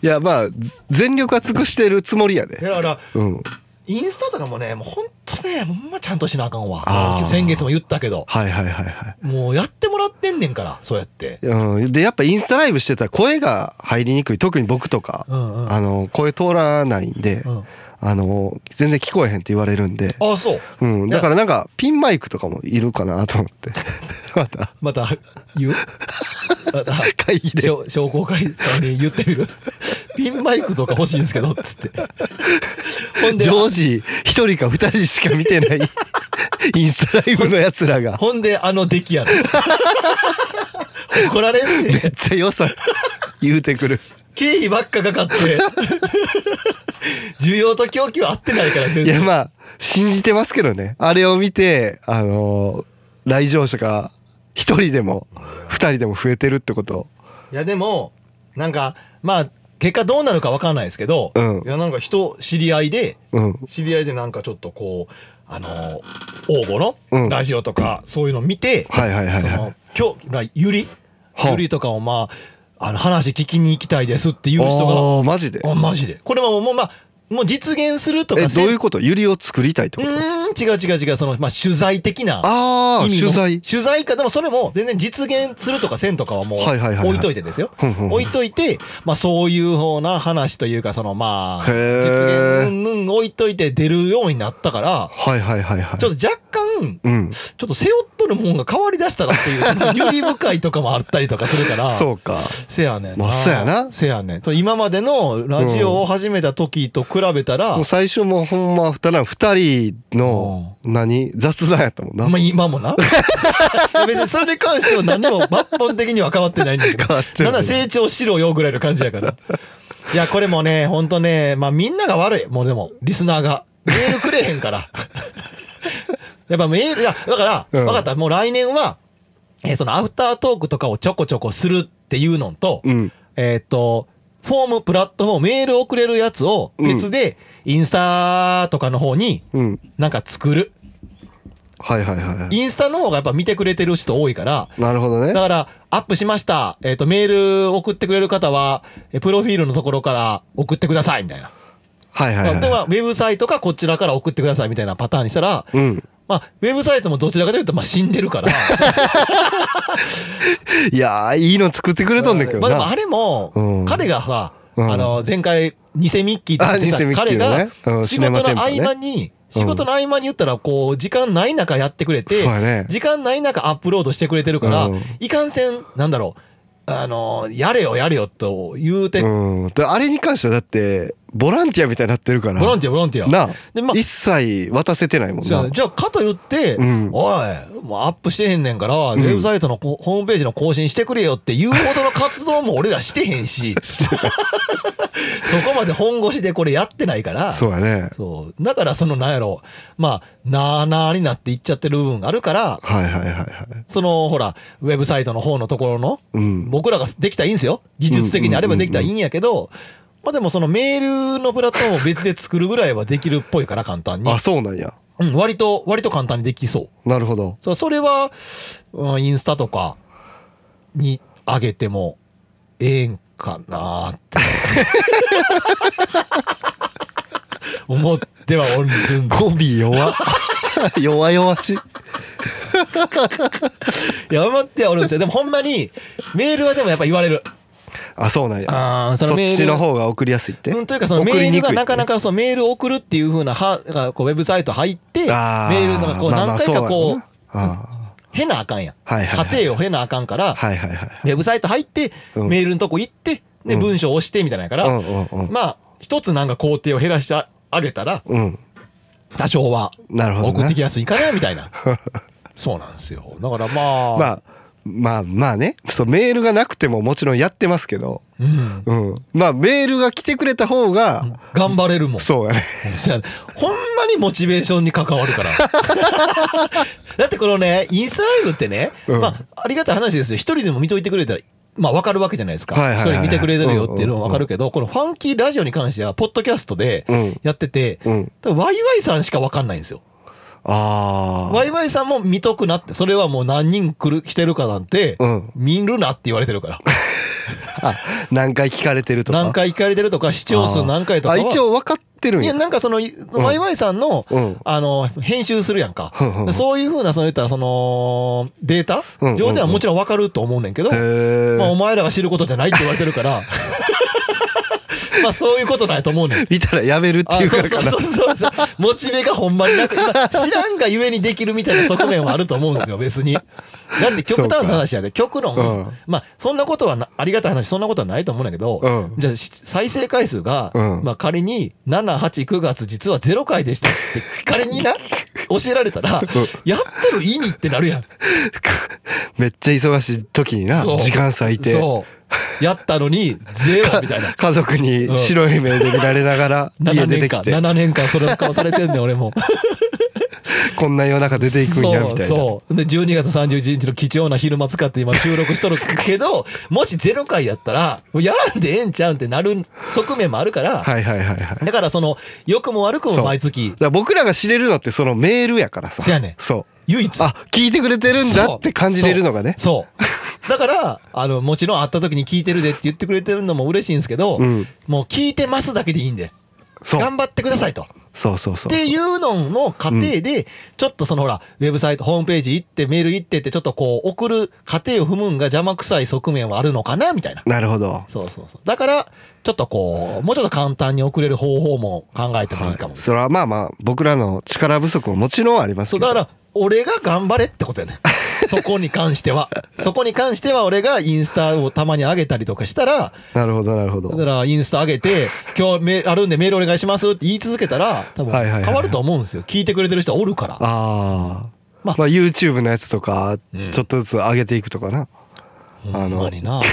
A: いやまあず全力は尽くしてるつもりやで
B: だから、
A: うん
B: インスタとかもね、もうほんとね、ほんまちゃんとしなあかん
A: あ
B: わ。
A: ー
B: 先月も言ったけど、
A: はいはいはいはい
B: もうやってもらってんねんから、そうやって。
A: うん、でやっぱインスタライブしてたら声が入りにくい特に僕とか、
B: うんうん。
A: あの声通らないんで、
B: うん
A: あの全然聞こえへんって言われるんで、
B: あ、そう。
A: うん、だからなんかピンマイクとかもいるかなと思って
B: <laughs>
A: また
B: また言う
A: <laughs>
B: また
A: 会議で
B: 商商工会さんに言ってみ
A: <laughs>
B: るピンマイクとか欲しいんですけどっつってほんで
A: 常時一人か二人しか見て
B: <laughs>
A: ないインスタライブのやつらが
B: ほんであの出来やろ
A: <laughs>
B: 怒られんねん
A: めっちゃ良さ言うてくる
B: 経費ばっかかかって需要と供給合ってないから全
A: <laughs> いや
B: 然
A: まあ信じてますけどねあれを見てあの来場者が一人でも二人でも増えてるってこと
B: いやでもなんかまあ結果どうなるかわかんないですけど、
A: うん
B: いやなんか人知り合いで
A: うん
B: 知り合いでなんかちょっとこうあの応募
A: うん
B: のラジオとかそういうの見て、
A: はいはいはい
B: そ
A: はい
B: の今日まあゆり
A: はあ
B: ゆりとかをまああの話聞きに行きたいですっていう人
A: あーマジで
B: があマジでこれはもうもうまあもう実現するとか
A: えど
B: せ
A: ういうことゆりを作りたいって
B: う
A: こと
B: ーん違う違う違うそのまあ取材的な
A: ああ
B: 意味
A: 取
B: の
A: 材
B: 取材かでもそれも全然実現するとかせんとかはもう
A: はいはいはいはい
B: 置いといてですよ
A: ふんふんふん
B: 置いといてまあそういうような話というかそのまあ
A: へ
B: 実
A: ー
B: 現うんうん置いといて出るようになったから
A: はいはいはいはい
B: ちょっと若干
A: うん
B: ちょっと背負っとるもんが変わりだしたらっていう、ゆり深いとかもあったりとかするから。
A: <laughs> そうか
B: せやねん
A: まあそうやな
B: せやねん。と今までのラジオを始めた時と比べたら、
A: もう最初もほんま二人二人の何雑談やったもんな
B: まあ今もな。 <laughs> 別にそれに関しては何でも抜本的には変わってないんだけど。
A: 変わって
B: な
A: る
B: んだ成長しろよぐらいの感じやから。いや、これもね、ほんとね、まあみんなが悪い。もうでも、リスナーが。メールくれへんから。 <laughs> やっぱメール、いや、だから、
A: うん
B: 分かった。もう来年は、えーそのアフタートークとかをちょこちょこするっていうのと、
A: うん
B: えーっと、フォーム、プラットフォーム、メール送れるやつを別で、インスタとかの方に
A: うん
B: なんか作る。
A: はいはいはいはい
B: インスタの方がやっぱ見てくれてる人多いから、
A: なるほどね
B: だから、アップしました。えっ、と、メール送ってくれる方は、えプロフィールのところから送ってください、みたいな。
A: はいはい
B: まあで
A: は
B: は、ウェブサイトかこちらから送ってください、みたいなパターンにしたら、
A: いうん
B: まあ、ウェブサイトもどちらかというと、まあ、死んでるから。
A: いやーいいの作ってくれとんだけど
B: まあ、でも
A: な
B: あれも、
A: うん
B: 彼がさ、
A: うん
B: あの、前回、偽ミッキーって言っ
A: あ偽
B: て
A: ミ
B: た
A: ッキ
B: 彼
A: ーのねうん
B: が、仕事の合間に、
A: シ
B: 仕
A: ネマテ
B: 事
A: ンポね
B: の合間に言ったら、こう、時間ない中やってくれて、
A: そうやね
B: 時間ない中アップロードしてくれてるから、
A: うん
B: いかんせん、なんだろう、あの、やれよやれよと言うて、
A: うんであれに関してはだってボランティアみたいになってるから
B: ボランティアボランティア。
A: なあ
B: で、まあ
A: 一切渡せてないもん
B: じゃ
A: な
B: あ、じゃあかと言って、
A: うん、
B: おい、もうアップしてへんねんから、ウェブサイトのこホームページの更新してくれよっていうほどの活動も俺らしてへんし
A: <laughs> してない
B: そこまで本腰でこれやってないから、
A: <laughs> そうやね
B: そう。だからそのなんやろ、まあ、なあなあになっていっちゃってる部分があるから、
A: はいはいはいはい
B: そのほら、ウェブサイトの方のところの、
A: うん
B: 僕らができたらいいんですよ。技術的にあればできたらいいんやけど、まあでもそのメールのプラットフォームを別で作るぐらいはできるっぽいから簡単に
A: あ。そうなんや
B: うん、割と、割と簡単にできそう。
A: なるほど
B: そうそれは、うんインスタとかに上げてもええんかなーって思ってはおるんで
A: 語尾弱 <laughs> 弱々しい
B: いや思ってはおるんですよでもほんまにメールはでもやっぱ言われる
A: あそうなんや
B: あー
A: そ
B: メー
A: っ
B: ル
A: ちの方が送りやすいって
B: うん、というかそのメ
A: 送り
B: ー
A: に
B: ル
A: くい
B: がなかなかそのメールを送るっていう風なはがこうウェブサイト入ってメ
A: あ
B: ールのこう何回かこう
A: まあまあ
B: へなあかんやん
A: はいはいは
B: 過
A: い
B: 程をへなあかんから
A: そうやろなあーはいはいはい
B: ウェブサイト入って
A: うん
B: メールのとこ行ってで
A: うん
B: 文章を押してみたいなやから
A: うんうんうん
B: まあ、一つなんか工程を減らしてあげたら、
A: うん
B: 多少は
A: なるほど
B: 送
A: ね
B: ってきやすいかな、みた
A: <laughs>
B: いな。そうなんですよ。だからまあ、
A: まあまあまあねそうメールがなくてももちろんやってますけど、
B: うん。
A: うん、まあメールが来てくれた方が
B: 頑張れるもん。
A: そうやね
B: <laughs> そうやねほんまにモチベーションに関わるから。 <laughs> だってこのね、インスタライブってね、
A: うん
B: まあ、ありがたい話ですよ。一人でも見といてくれたら、まあ、わかるわけじゃないですか。一、
A: はいはいはいはい
B: 人見てくれてるよっていうのはわかるけど、このファンキーラジオに関しては、ポッドキャストで
A: うん
B: やってて、
A: うん
B: 多分ワイワイさんしかわかんないんですよ。
A: あ
B: ワイワイさんも見とくなってそれはもう何人来る来てるかなんて、
A: うん
B: 見るなって言われてるから
A: あ何回聞かれてるとか
B: 何回行かれてるとか視聴数何回とか
A: あ
B: は
A: ーあ一応分かってるん
B: い
A: や
B: やなんかそのワイワイさんの、
A: うん
B: あの編集するやんか、
A: うんうんうん
B: でそういうふうなその言ったらそのデータ
A: うんうんうん
B: 上ではもちろん分かると思うねんけど、
A: へえ、
B: まあ、お前らが知ることじゃないって言われてるから <laughs> まあそういうことないと思うねん。
A: 見たらやめるって
B: あ
A: いう
B: そ
A: か
B: う
A: ら
B: そう
A: かな
B: そうそうそうモチベがほんまになく今知らんがゆえにできるみたいな側面はあると思うんですよ別にだって極端な話やで極論、
A: うん
B: まあそんなことはなありがたい話そんなことはないと思うんだけど、
A: うん
B: じゃあし再生回数が、
A: うん
B: まあ仮に789月実は0回でしたって
A: <laughs>
B: 仮にな教えられたら、やっとる意味ってなるやん
A: めっちゃ忙しい時にな
B: そう
A: 時間割いて
B: そうやったのにゼロみたいな
A: 家族に白い目で見られなが
B: <laughs>
A: ら <laughs> 家
B: 7
A: 出て
B: 年
A: き
B: 間
A: て
B: 7年間それの顔されてんねん俺も
A: こんな夜中出ていくんやみたいな
B: そうそうで12月31日の貴重な昼間使って今収録しとるけ
A: <laughs>
B: どもしゼロ回やったらもうやらんでええんちゃうんってなる側面もあるから、
A: はいはいはいはい
B: だからその良くも悪くも毎月
A: だから僕らが知れるのってそのメールやからさ
B: そうやねん
A: そう
B: 唯一
A: あ聞いてくれてるんだって感じれるのがね
B: そうそうだからあのもちろん会った時に聞いてるでって言ってくれてるのも嬉しいんですけど、
A: うん
B: もう聞いてますだけでいいんで
A: そう
B: 頑張ってくださいと。
A: そうそうそう
B: っていうのの過程で、ちょっとそのほら、ウェブサイト、ホームページ行って、メール行ってって、ちょっとこう、送る過程を踏むんが邪魔くさい側面はあるのかな、みたいな。
A: なるほど
B: そうそうそう。だから、ちょっとこう、もうちょっと簡単に送れる方法も考えてもいいかも。
A: それはまあまあ僕らの力不足ももちろんあります
B: そう、
A: けど
B: だから、俺が頑張れってことや <laughs> ね。そこに関しては。そこに関しては、俺がインスタをたまに上げたりとかしたら、
A: なるほどなるほ
B: だか
A: ど
B: らインスタ上げて、今日メあるんでメールお願いしますって言い続けたら、多分
A: はいはいはいはい
B: 変わると思うんですよ。聞いてくれてる人おるから。
A: ああ
B: ま
A: まあ
B: あ
A: YouTube のやつとか
B: うん
A: ちょっとずつ上げていくとかな
B: ほんまにな。 <laughs>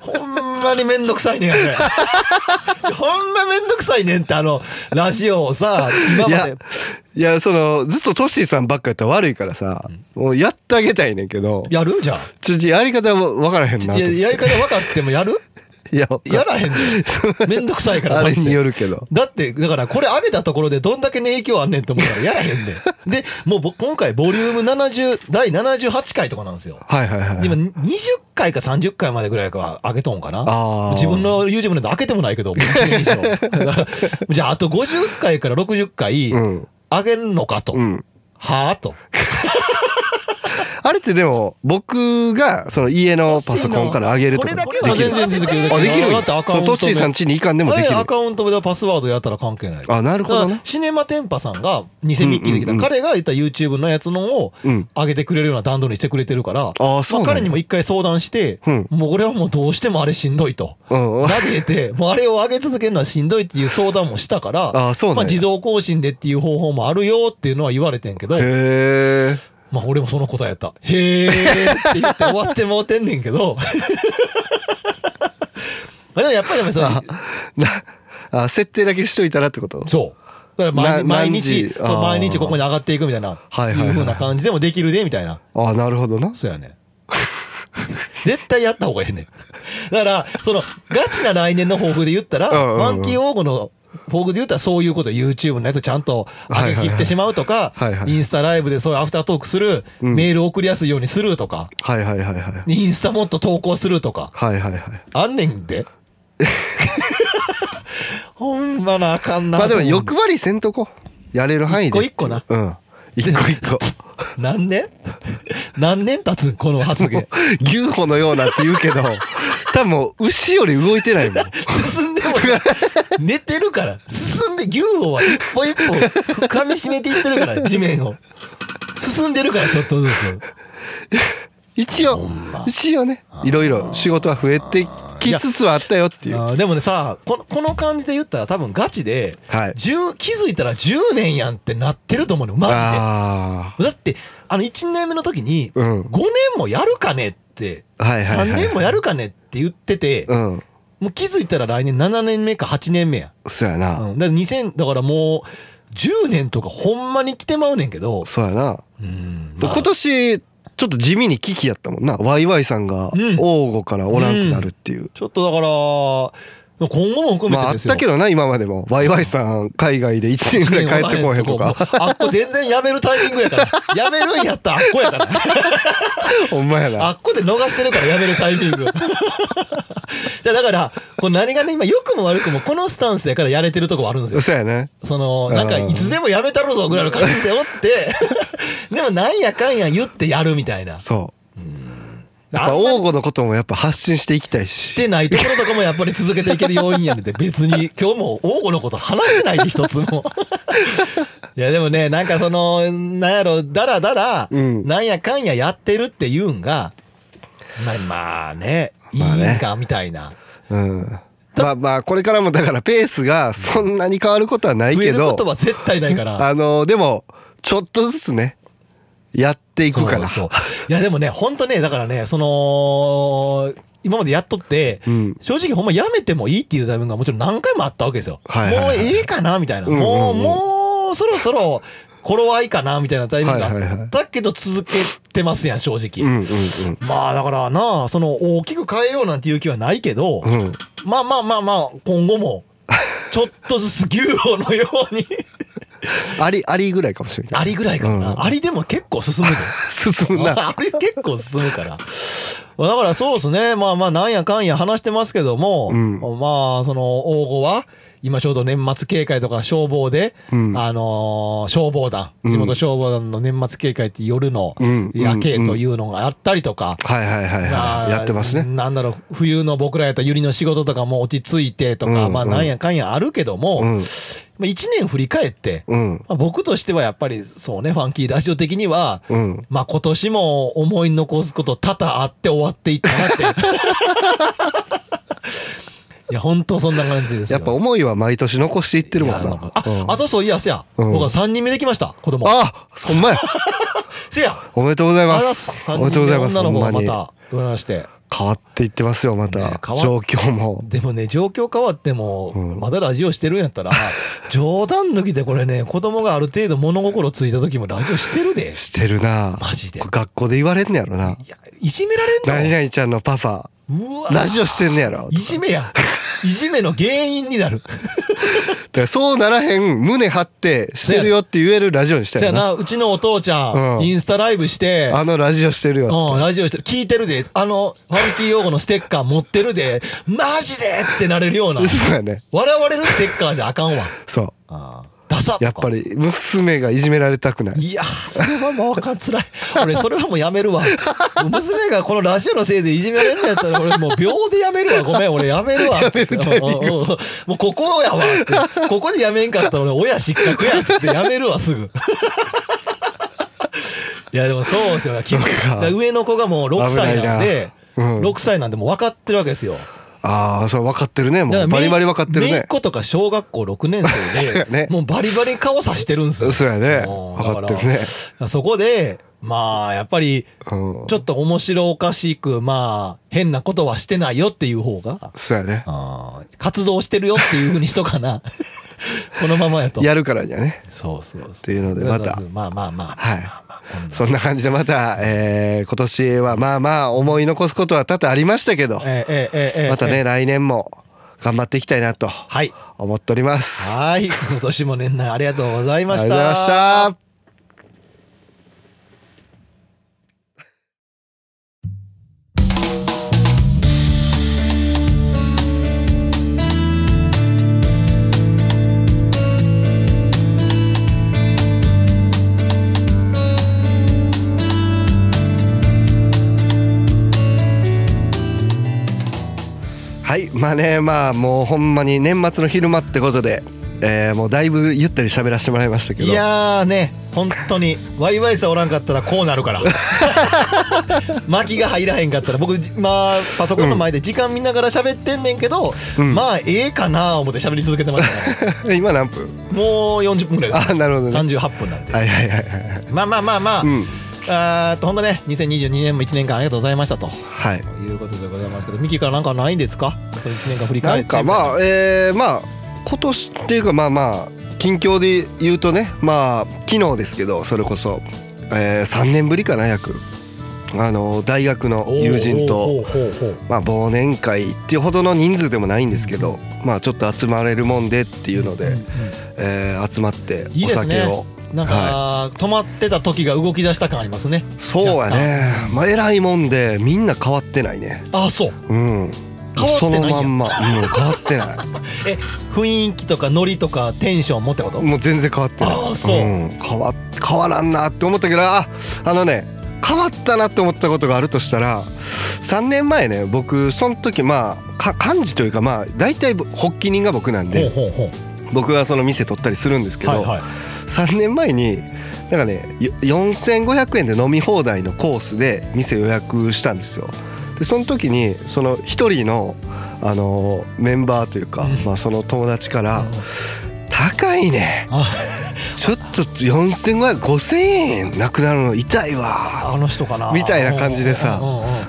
B: ほんまにめんどくさいねんあ
A: <laughs>
B: れほんまめんどくさいねんってあのラジオをさ今
A: い
B: ま
A: や
B: で
A: いやそのずっとトッシーさんばっかやったら悪いからさもうやってあげたいねんけど
B: やるじゃん
A: ちょっとやり方も分からへんなと
B: いや
A: 思って
B: やり方分かってもや
A: <laughs>
B: る
A: いや
B: やらへんねんめんどくさいから
A: あれによ
B: る
A: るけど
B: だってだからこれ上げたところでどんだけの影響あんねんと思ったらやらへんねんでもうぼ今回ボリューム70第78回とかなんですよ
A: はいはいはい
B: 今20回か30回までぐらいか上げとんか
A: あ
B: な
A: ー
B: 自分の YouTube なんて開けてもないけど
A: <laughs>
B: もう一年以上だからじゃああと50回から60回
A: うん
B: 上げるのかと、
A: うん
B: はあと
A: あれってでも僕がその家のパソコンから上げるとかで
B: これだけは
A: きる
B: 全然できる
A: あできるん
B: だ
A: や
B: ってアカ
A: そ
B: ウ
A: う
B: ン
A: ト
B: ト
A: ッシーさん家に行かんでもでき
B: 前
A: る
B: アカウントでパスワードやったら関係ない
A: あなるほど
B: だか
A: ね
B: らシネマテンパさんが偽ミッキーできた、
A: うんうんうん
B: 彼が言った YouTube のやつのを
A: うん
B: 上げてくれるような段取りしてくれてるから、
A: あそうなんや
B: ま彼にも一回相談して、
A: うん
B: もう俺はもうどうしてもあれしんどいと。
A: うん <laughs> うん
B: 投げて、もうあれを上げ続けるのはしんどいっていう相談もしたから、
A: あそうなん
B: ま
A: や
B: あ、自動更新でっていう方法もあるよっていうのは言われてんけど、
A: へえ
B: まあ俺もその答えやった。へーって言って終わってもうてんねんけ
A: <laughs>
B: ど。 <laughs> まあでもやっぱりでも
A: <laughs>
B: さ、
A: なあ設定だけしといたらってこと
B: そう。だから毎
A: な
B: 毎
A: 何時
B: 日、
A: あ
B: そう
A: ー
B: 毎日ここに上がっていくみたいな、
A: はいはいはい
B: ふうな感じでもできるで、みたいな。
A: あなるほどな
B: そうやね。 <laughs> 絶対やった方がええねん。だから、その、ガチな来年の抱負で言ったら、
A: うんうんうん
B: マンキー王子の抱負で言ったら、そういうこと、YouTube のやつちゃんと上げ切ってしまうとか
A: はいはいは、い
B: インスタライブでそういうアフタートークする、
A: うん
B: メール送りやすいようにするとか、
A: はいはいはいはい
B: インスタもっと投稿するとか、
A: はいはいはい
B: あんねん
A: <laughs>
B: で。ほんまなあかんな。
A: まあでも欲張りせんとこやれる範
B: 一
A: 囲で
B: 個一個な
A: うん一個一個
B: 何年何年経つんこの発言。
A: 牛歩のようなって言うけど多分もう牛より動いてないも
B: <laughs>
A: ん
B: 進んでも寝てるから進んで牛歩は一歩一歩噛み締めていってるから地面を進んでるからちょっとずつ
A: 一応
B: んま
A: 一応ねいろいろ仕事は増えてきつつはあったよっていう
B: あーでもねさこのこの感じで言ったら多分ガチで、
A: はい
B: 10気づいたら10年やんってなってると思うのよマジ
A: あ
B: でだってあの1年目の時に
A: う
B: 5
A: ん
B: 年もやるかねって、
A: あはいはいはい
B: 3年もやるかねって言ってて、
A: うん
B: もう気づいたら来年7年目か8年目や
A: そうやな、
B: うん、だから2000だからもう10年とかほんまに来てまうねんけど、
A: そうやな、
B: うん
A: 今年ちょっと地味に危機やったもんなワイワイさんが
B: うん
A: 王吾からおらんくなるっていう、
B: ちょっとだから今後も含め
A: まあ
B: て
A: あっ
B: ですよ
A: たけどな今までもワイワイさん海外で1年ぐらい帰ってこへんとか
B: <laughs> そうもうあっこ全然やめるタイミングやから <laughs> やめるんやったらあっこやから
A: <laughs> ほんまや
B: あ
A: な
B: っこで逃してるからやめるタイミング <laughs> じゃあだからこう何がね今良くも悪くもこのスタンスやからやれてるとこはあるんですよ
A: そうやね
B: そのなんか
A: うん
B: いつでもやめたろぞぐらいの感じでおって <laughs> でもなんやかんや言ってやるみたいな
A: そうやっぱ王吾のこともやっぱ発信していきたい
B: し
A: して
B: ないところとかもやっぱり続けていける要因やねんて別に今日も王吾のこと話してないで一つも <laughs> いやでもねなんかそのなんやろだらだら
A: うん
B: なんやかんややってるっていうんがまあまあねいい
A: まあね
B: んかみたいな
A: うんまあまあこれからもだからペースがそんなに変わることはない
B: 増え
A: け
B: るこ
A: ど
B: とは絶対ないから
A: <laughs> あのでもちょっとずつねやっていくから
B: そうそういやでもね本当ねだからねその今までやっとって、
A: うん
B: 正直ほんまやめてもいいっていうタイミングがもちろん何回もあったわけですよ、
A: はいはいはい
B: もういいかなみたいな、
A: うんうんうん
B: もうもうそろそろ頃合いかなみたいなタイミングがあ
A: はいはいは
B: っ
A: い
B: たけど続けてますやん正
A: う
B: 直、
A: んうん
B: まあだからなその大きく変えようなんていう気はないけど、
A: うんうん
B: まあまあまあまあ今後
A: <laughs>
B: もちょっとずつ牛王のように
A: あり <laughs> ありぐらいかもしれない
B: ありぐらいかな、
A: うん <laughs>
B: ありでも結構進むで
A: 進む <laughs> な
B: あれ結構進むから。まあだからそうですね。まあまあなんやかんや話してますけども、
A: うん
B: まあその応募は今ちょうど年末警戒とか消防で、
A: うん
B: あのー消防団
A: うん
B: 地元消防団の年末警戒って夜の
A: うん
B: 夜景というのがあったりとか。
A: はいはいはい
B: ま
A: は
B: あ
A: い <laughs> やってますね
B: なんだろう冬の僕らやったら百合の仕事とかも落ち着いてとか、
A: うん
B: まあ
A: うん
B: なんやかんやあるけども、
A: う
B: ま
A: ん
B: あ、1年振り返って、
A: うん
B: まあ、僕としてはやっぱりそうねファンキーラジオ的には
A: うん
B: まあ今年も思い残すこと多々あって終わっていったなって。
A: <laughs>
B: いや本当そんな感じですよ。
A: やっぱ思いは毎年残していってるもん
B: いや
A: な
B: かあ、
A: うん
B: あとそういやせや、
A: うん
B: 僕は三人目できました子供。
A: あほんま
B: <laughs>
A: や
B: せや。
A: おめでとうござい
B: あ
A: ま
B: りがとうございますす
A: おめでとうございます
B: 三人目
A: ほ
B: 女の
A: んま
B: 子
A: に
B: がまた生まれまして。
A: 変わっていってますよま
B: ね
A: た
B: 変わっ
A: 状況も
B: でもね状況変わっても、
A: うん
B: まだラジオしてるんやった
A: <laughs>
B: ら冗談抜きでこれね子供がある程度物心ついた時もラジオしてるで。
A: してるな
B: マジで
A: これ学校で言われんねやろない
B: やいじめられ
A: 何
B: んの。
A: 々ちゃんのパパ
B: うわ
A: ラジオしてんねやろ
B: いじめや。いじめの原因になる。
A: だからそうならへん胸張ってしてるよって言えるラジオにした
B: そや
A: よな
B: な、うちのお父ちゃん、
A: うん
B: インスタライブして、
A: あのラジオしてるよ
B: うん、ラジオしてる、聞いてるで、あの、ファンキー用語のステッカー持ってるで、マジでってなれるような、
A: そうやね
B: 笑われるステッカーじゃあかんわ。
A: そう
B: あーダサとか
A: やっぱ。り娘がいじめられたくない
B: いやー、それはもうあかん、つらい。俺、それはもうやめるわ。
A: <laughs>
B: もう娘がこのラジオのせいでいじめられるんやったら、俺もう秒でやめるわ。ごめん、俺やめるわ。やめるタイミング。もうここやわって。ここでやめんかったら俺、親失格やっつってやめるわ、
A: <laughs>
B: すぐ。いや、でもそうですよ。き
A: うか
B: だから上の子がもう6歳なんで、
A: 危ないなうん
B: 6歳なんでもう分かってるわけですよ。
A: ああそう分かってるねもうバリバリ分かってる
B: めいっ
A: ね
B: 子とか小学校6年
A: <laughs> そう
B: 生
A: や
B: で、
A: ね
B: もうバリバリ顔さしてるんですよ。
A: そうやね
B: うん
A: 分かってるね
B: だからそこで、まあ、やっぱり、
A: うん
B: ちょっと面白おかしく、まあ、変なことはしてないよっていう方が、
A: そうやね
B: あー活動してるよっていうふうにしとか
A: <laughs>
B: な。このままやと。
A: やるからにはね
B: そうそうそう。っ
A: というのでまた
B: まあまあまあ。
A: はい
B: まあまあ今度
A: そんな感じでまた、えー今年はまあまあ思い残すことは多々ありましたけど、
B: ええええええ
A: またね、。来年も頑張っていきたいなと
B: はい。
A: 思っております。あ
B: はい。今年も年内ありがとうございま
A: りが
B: し
A: とう
B: た。
A: ございました。はいまあねまあもうほんまに年末の昼間ってことで、えーもうだいぶゆったり喋らせてもらいましたけど
B: いやーね本当にワイワイさおらんかったらこうなるから
A: <laughs>
B: 巻きが入らへんかったら僕じまあパソコンの前で時間見ながら喋ってんねんけど、
A: うん
B: まあええかな思って喋り続けてました
A: <laughs>
B: ね
A: <laughs> 今何分
B: もう40分ぐらいです
A: あなるほどね
B: 38分なんで、
A: はいはいはいはい
B: まあまあまあまあ、
A: うん
B: あーっとほんとね2022年も1年間ありがとうございましたと
A: はい
B: いうことでございますけどミキからなんかないんですかこれ1年間振り
A: な
B: 返
A: ん
B: って
A: かまあえーまあ今年っていうかまあまあ近況で言うとねまあ昨日ですけどそれこそ、え3年ぶりかな約あの大学の友人
B: ほう
A: と、
B: ほうほうほ
A: まあ、忘年会っていうほどの人数でもないんですけど、まあ、ちょっと集まれるもんでっていうの
B: う
A: で、えー集まって
B: いい
A: お
B: ですね
A: 酒を。
B: なんか、止まってた時が動き出した感ありますね
A: そうやね、まあ、偉いもんでみんな変わってないね
B: あそう
A: うん
B: 変わって
A: そ
B: ないんや
A: のまんまもう変わってない
B: え雰囲気とかノリとかテンションもってこと
A: もう全然変わってない、
B: あーそうん
A: 変わ変わらんなって思ったけどああのね変わったなって思ったことがあるとしたら3年前ね僕その時まあか幹事というかまあ大体発起人が僕なんで
B: ほうほうほ
A: 僕がその店取ったりするんですけ
B: う
A: ど、
B: はいはい
A: 3年前になんかねよ4500円で飲み放題のコースで店予約したんですよでその時にその一人の、あのメンバーというか、
B: うん
A: まあ、その友達から
B: うん
A: 「高いね
B: あ
A: ちょっと45005000円なくなるの痛いわ
B: あの人かな
A: みたいな感じでさ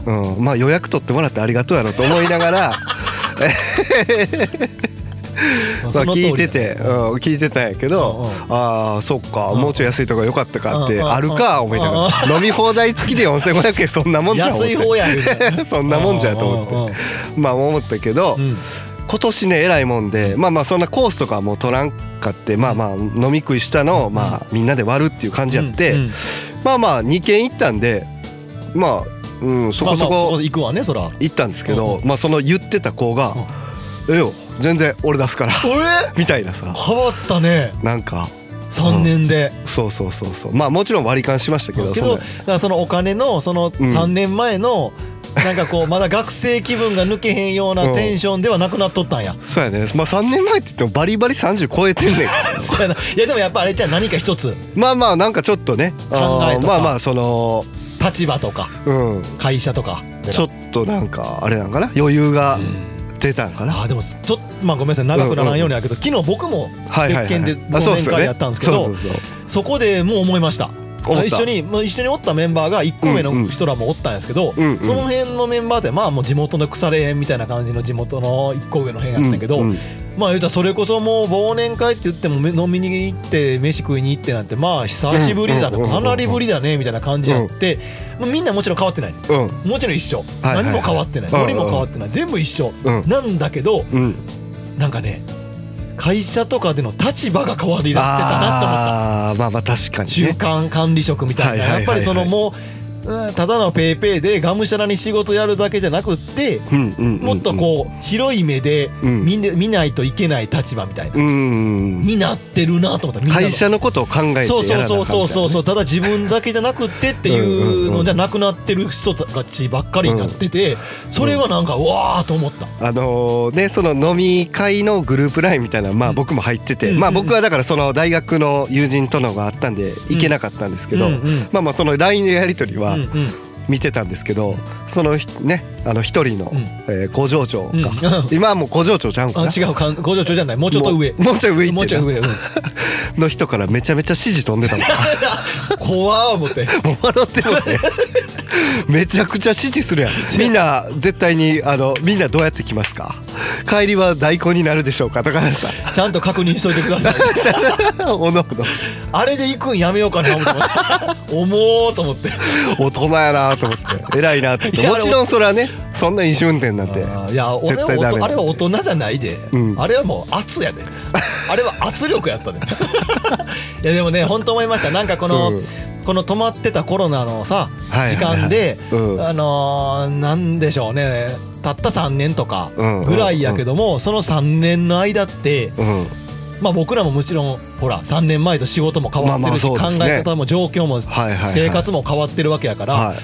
B: うんうんうん」
A: うん、まあ予約取ってもらってありがとうやろと思いな
B: <laughs>
A: がら
B: うん
A: まあ
B: その通り
A: 聞いてて、うん、聞いてたんやけど、
B: う
A: ああそっか、
B: うん
A: もうちょい安いとこ良かったかって、
B: うん
A: あるか思いながら、飲み放題付きで4500円そんなもんじゃん思っ
B: 安
A: て
B: い方やみたいな
A: <laughs> そんなもんじゃと思って
B: て
A: まあ思ったけど、
B: うん
A: 今年ね偉いもんでまあまあそんなコースとかはもう取らんかってまあまあ飲み食いしたのをまあみんなで割るっていう感じやって、
B: うんうん
A: まあまあ2軒行ったんでまあ、うん、そこそ
B: まあまあそこ
A: こ
B: 行くわねそら
A: 行ったんですけど、
B: う
A: まあその言ってた子が「ええよ全然俺出すから」 <laughs>
B: れ
A: みたいなさ
B: 変わったね
A: なんか
B: 3年で、
A: そうそうそうそうまあもちろん割り勘しましたけど
B: け
A: そ
B: ど
A: の
B: だからそのお金のその
A: うん
B: 3年前のなんかこうまだ学生気分が抜けへんよう
A: う
B: なんテンションではなくなっとったんや。
A: そうやねまあ3年前って言ってもバリバリ30超えて
B: <laughs>
A: んねん
B: そうやないやでもやっぱあれじゃあ何か一つ
A: まあまあなんかちょっとねあ
B: 考えと
A: ー
B: か
A: まあまあその
B: 立場とか
A: うん
B: 会社とか
A: ちょっとなんかあれなんかな余裕が出たんかな、
B: あーでもちょっとまあごめんなさい長くならんようにやけど昨日僕も
A: はいはいはい
B: 別件で
A: あそう
B: 忘
A: っ
B: 年
A: すよ
B: 会
A: ね
B: やったんですけど
A: そうそうそう
B: そこでもう思いました
A: 思った
B: 一緒にもう一緒におったメンバーが1個目
A: うんうん
B: の人らもおったんですけど、
A: うんうん
B: その辺のメンバーってまあもう地元の腐れ縁みたいな感じの地元の1個上の辺やったけど、
A: うんうん
B: まあ言うたらそれこそもう忘年会って言ってもめ飲みに行って飯食いに行ってなんてまあ久しぶりだね
A: うんうんうんう
B: か
A: ん
B: なりぶりだねみたいな感じやって、もうみんなもちろん変わってない
A: うん
B: もちろん一緒、
A: はいはい
B: 何も変わってない
A: うんうん
B: ノリも変わってない全部一緒、
A: うん
B: なんだけど
A: うん
B: なんかね会社とかでの立場が変わりだしてたなと思った。
A: あーまあまあ確かに
B: 中
A: ね
B: 間管理職みたいな、
A: はいはいはいはい
B: やっぱりそのもう、うんただのペイペイでがむしゃらに仕事やるだけじゃなくって
A: うんうんうんうん
B: もっとこう広い目で
A: うん
B: 見,、見ないといけない立場みたいな、
A: うん
B: になってるなと思ったみんなの
A: 会社のことを考えてやらなあか
B: そ
A: ん
B: う
A: みたい
B: そ
A: な
B: う
A: ね
B: そうそうそうそうただ自分だけじゃなくってっていうのじゃなくなってる人たちばっかりになっててそれはなんかうわーと思った。
A: あのねその飲み会のグループラインみたいなのまあ僕も入ってて、
B: うん
A: まあ
B: うん
A: 僕はだからその大学の友人とのがあったんで行けなかったんですけど、
B: うんうん
A: まあまあその LINE のやり取りは
B: うんうん
A: 見てたんですけど、そのひねあの一人の、
B: うん
A: えー工場長か、
B: うん
A: 今はもう工場長ちゃうんか
B: あ
A: な
B: 違うかん工場長じゃないもうちょっと上
A: もうもうちょい上行ってな
B: もうちょい上うん
A: の人からめちゃめちゃ指示飛んでたもん
B: 怖ー思って
A: もう笑ってもねめちゃくちゃ指示するやんみんな絶対にあのみんなどうやって来ますか帰りは代行になるでしょうかとかさ
B: ちゃんと確認しといてください
A: おのおの
B: あれで行くんやめようかな思って思おうと思って
A: 大人やなと思って偉いなと思っ
B: い
A: て
B: や
A: もちろんそれはねそんな飲酒運転なんて
B: あーいや俺
A: 絶
B: は
A: 対ダメ
B: おとあれは大人じゃないで、
A: うん
B: あれはもう圧やであれは圧力やった
A: <laughs>
B: でいやでもね本当思いましたなんかこの、
A: うん
B: この止まってたコロナのさ
A: はいはいはい
B: 時間で、
A: うん
B: あのーなんでしょうねたった3年とか
A: うん
B: ぐらいやけども、その3年の間って
A: うん
B: まあ僕らももちろんほら3年前と仕事も変わってるし、
A: まあまあそうです
B: 考
A: ね
B: え方も状況も
A: はいはいはい
B: 生活も変わってるわけやから、
A: はい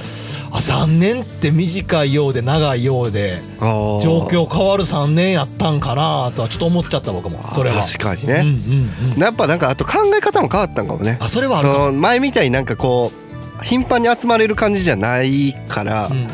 B: あ3年って短いようで長いようで
A: あー
B: 状況変わる3年やったんかなとはちょっと思っちゃった僕も
A: あー
B: それは
A: 確かに
B: うん
A: ね、
B: うんうん
A: やっぱなんかあと考え方も変わったんかもね
B: あそれはあ
A: あ
B: るかも
A: の前みたいになんかこう頻繁に集まれる感じじゃないから、
B: うんうん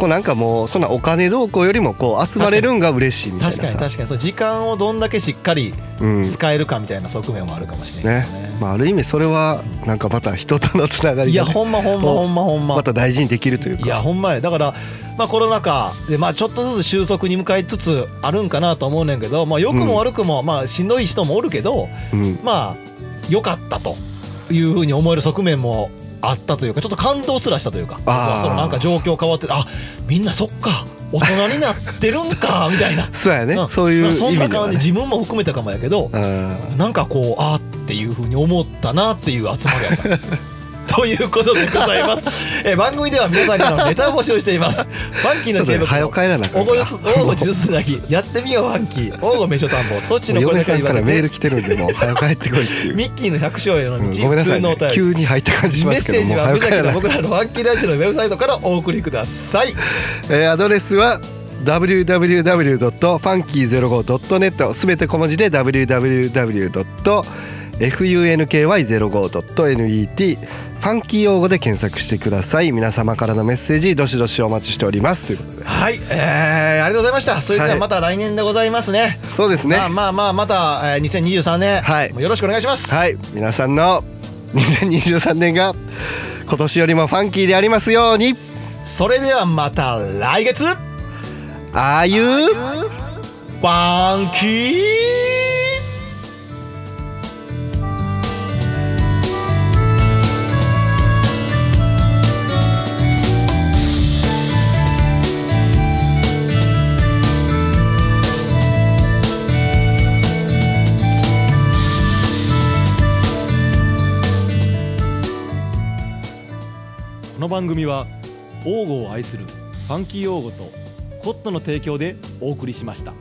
A: こうなんかもうそんなお金どうこうよりもこう集まれるんが嬉しいみたい
B: 確
A: な
B: かに
A: さ
B: 確かにそう時間をどんだけしっかり
A: うん
B: 使えるかみたいな側面もあるかもしれない
A: ね
B: けど
A: まあ、ある意味それはなんかまた人とのつながり
B: いや
A: がね、
B: ほんまほんまほんまほんま
A: また大事にできるというか
B: いやほんまやだから、まあ、コロナ禍で、まあ、ちょっとずつ収束に向かいつつあるんかなと思うねんけど、まあ、良くも悪くも、まあ、しんどい人もおるけど
A: うん
B: まあ良かったというふうに思える側面もあったというかちょっと感動すらしたというか僕
A: あー
B: はそのなんか状況変わってあみんなそっか大人になってるんかみたいな、
A: そう <laughs> やね、
B: うん
A: そういう意
B: まあ
A: 味
B: そんな
A: では、
B: 感
A: ね
B: じ、自分も含めたかもやけど
A: うん
B: なんかこうあーっていうふうに思ったなっていう集まりやった。
A: <laughs>
B: ということでございます。えー番組では皆さんからのネタを募集してい
A: <laughs>
B: ます。ファンキー
A: ちょ
B: の知恵袋
A: っとね早く帰らなあか
B: お
A: んか
B: ご
A: ら
B: よす、おご十数なき、やってみよう、ファンキー、おご名所探訪、どっちのこれ
A: 嫁
B: だけ
A: さん
B: 言
A: か
B: わ
A: ら
B: せ
A: メール
B: て。
A: 来てるんでもう早く帰ってこいって
B: <laughs>
A: いう、
B: ミッキーの百姓への
A: う
B: 道、
A: んごめ
B: 普
A: んなさ
B: 通
A: い、
B: のお
A: ね
B: 便、り。
A: 急に入った感じしま
B: メッ
A: すけ
B: セー
A: ど
B: ジ
A: も
B: は
A: 早
B: 無
A: く帰
B: 邪気な
A: らなあかん
B: 僕らのファンキーラジオのウェブサイトからお送りください。
A: えーアドレスは www.funky05.net すべて小文字で www.funky05.net ファンキー用語で検索してください皆様からのメッセージどしどしお待ちしておりますということで
B: はい、えー、ありがとうございました。それではまた来年でございますね。
A: そうですね
B: まあまあまあ、また、えー、2023年、
A: はい
B: よろしくお願いします。
A: はい皆さんの2023年が今年よりもファンキーでありますように
B: それではまた来月
A: ああいう
B: ファンキー
C: この番組は王語を愛するファンキー王語とコットの提供でお送りしました。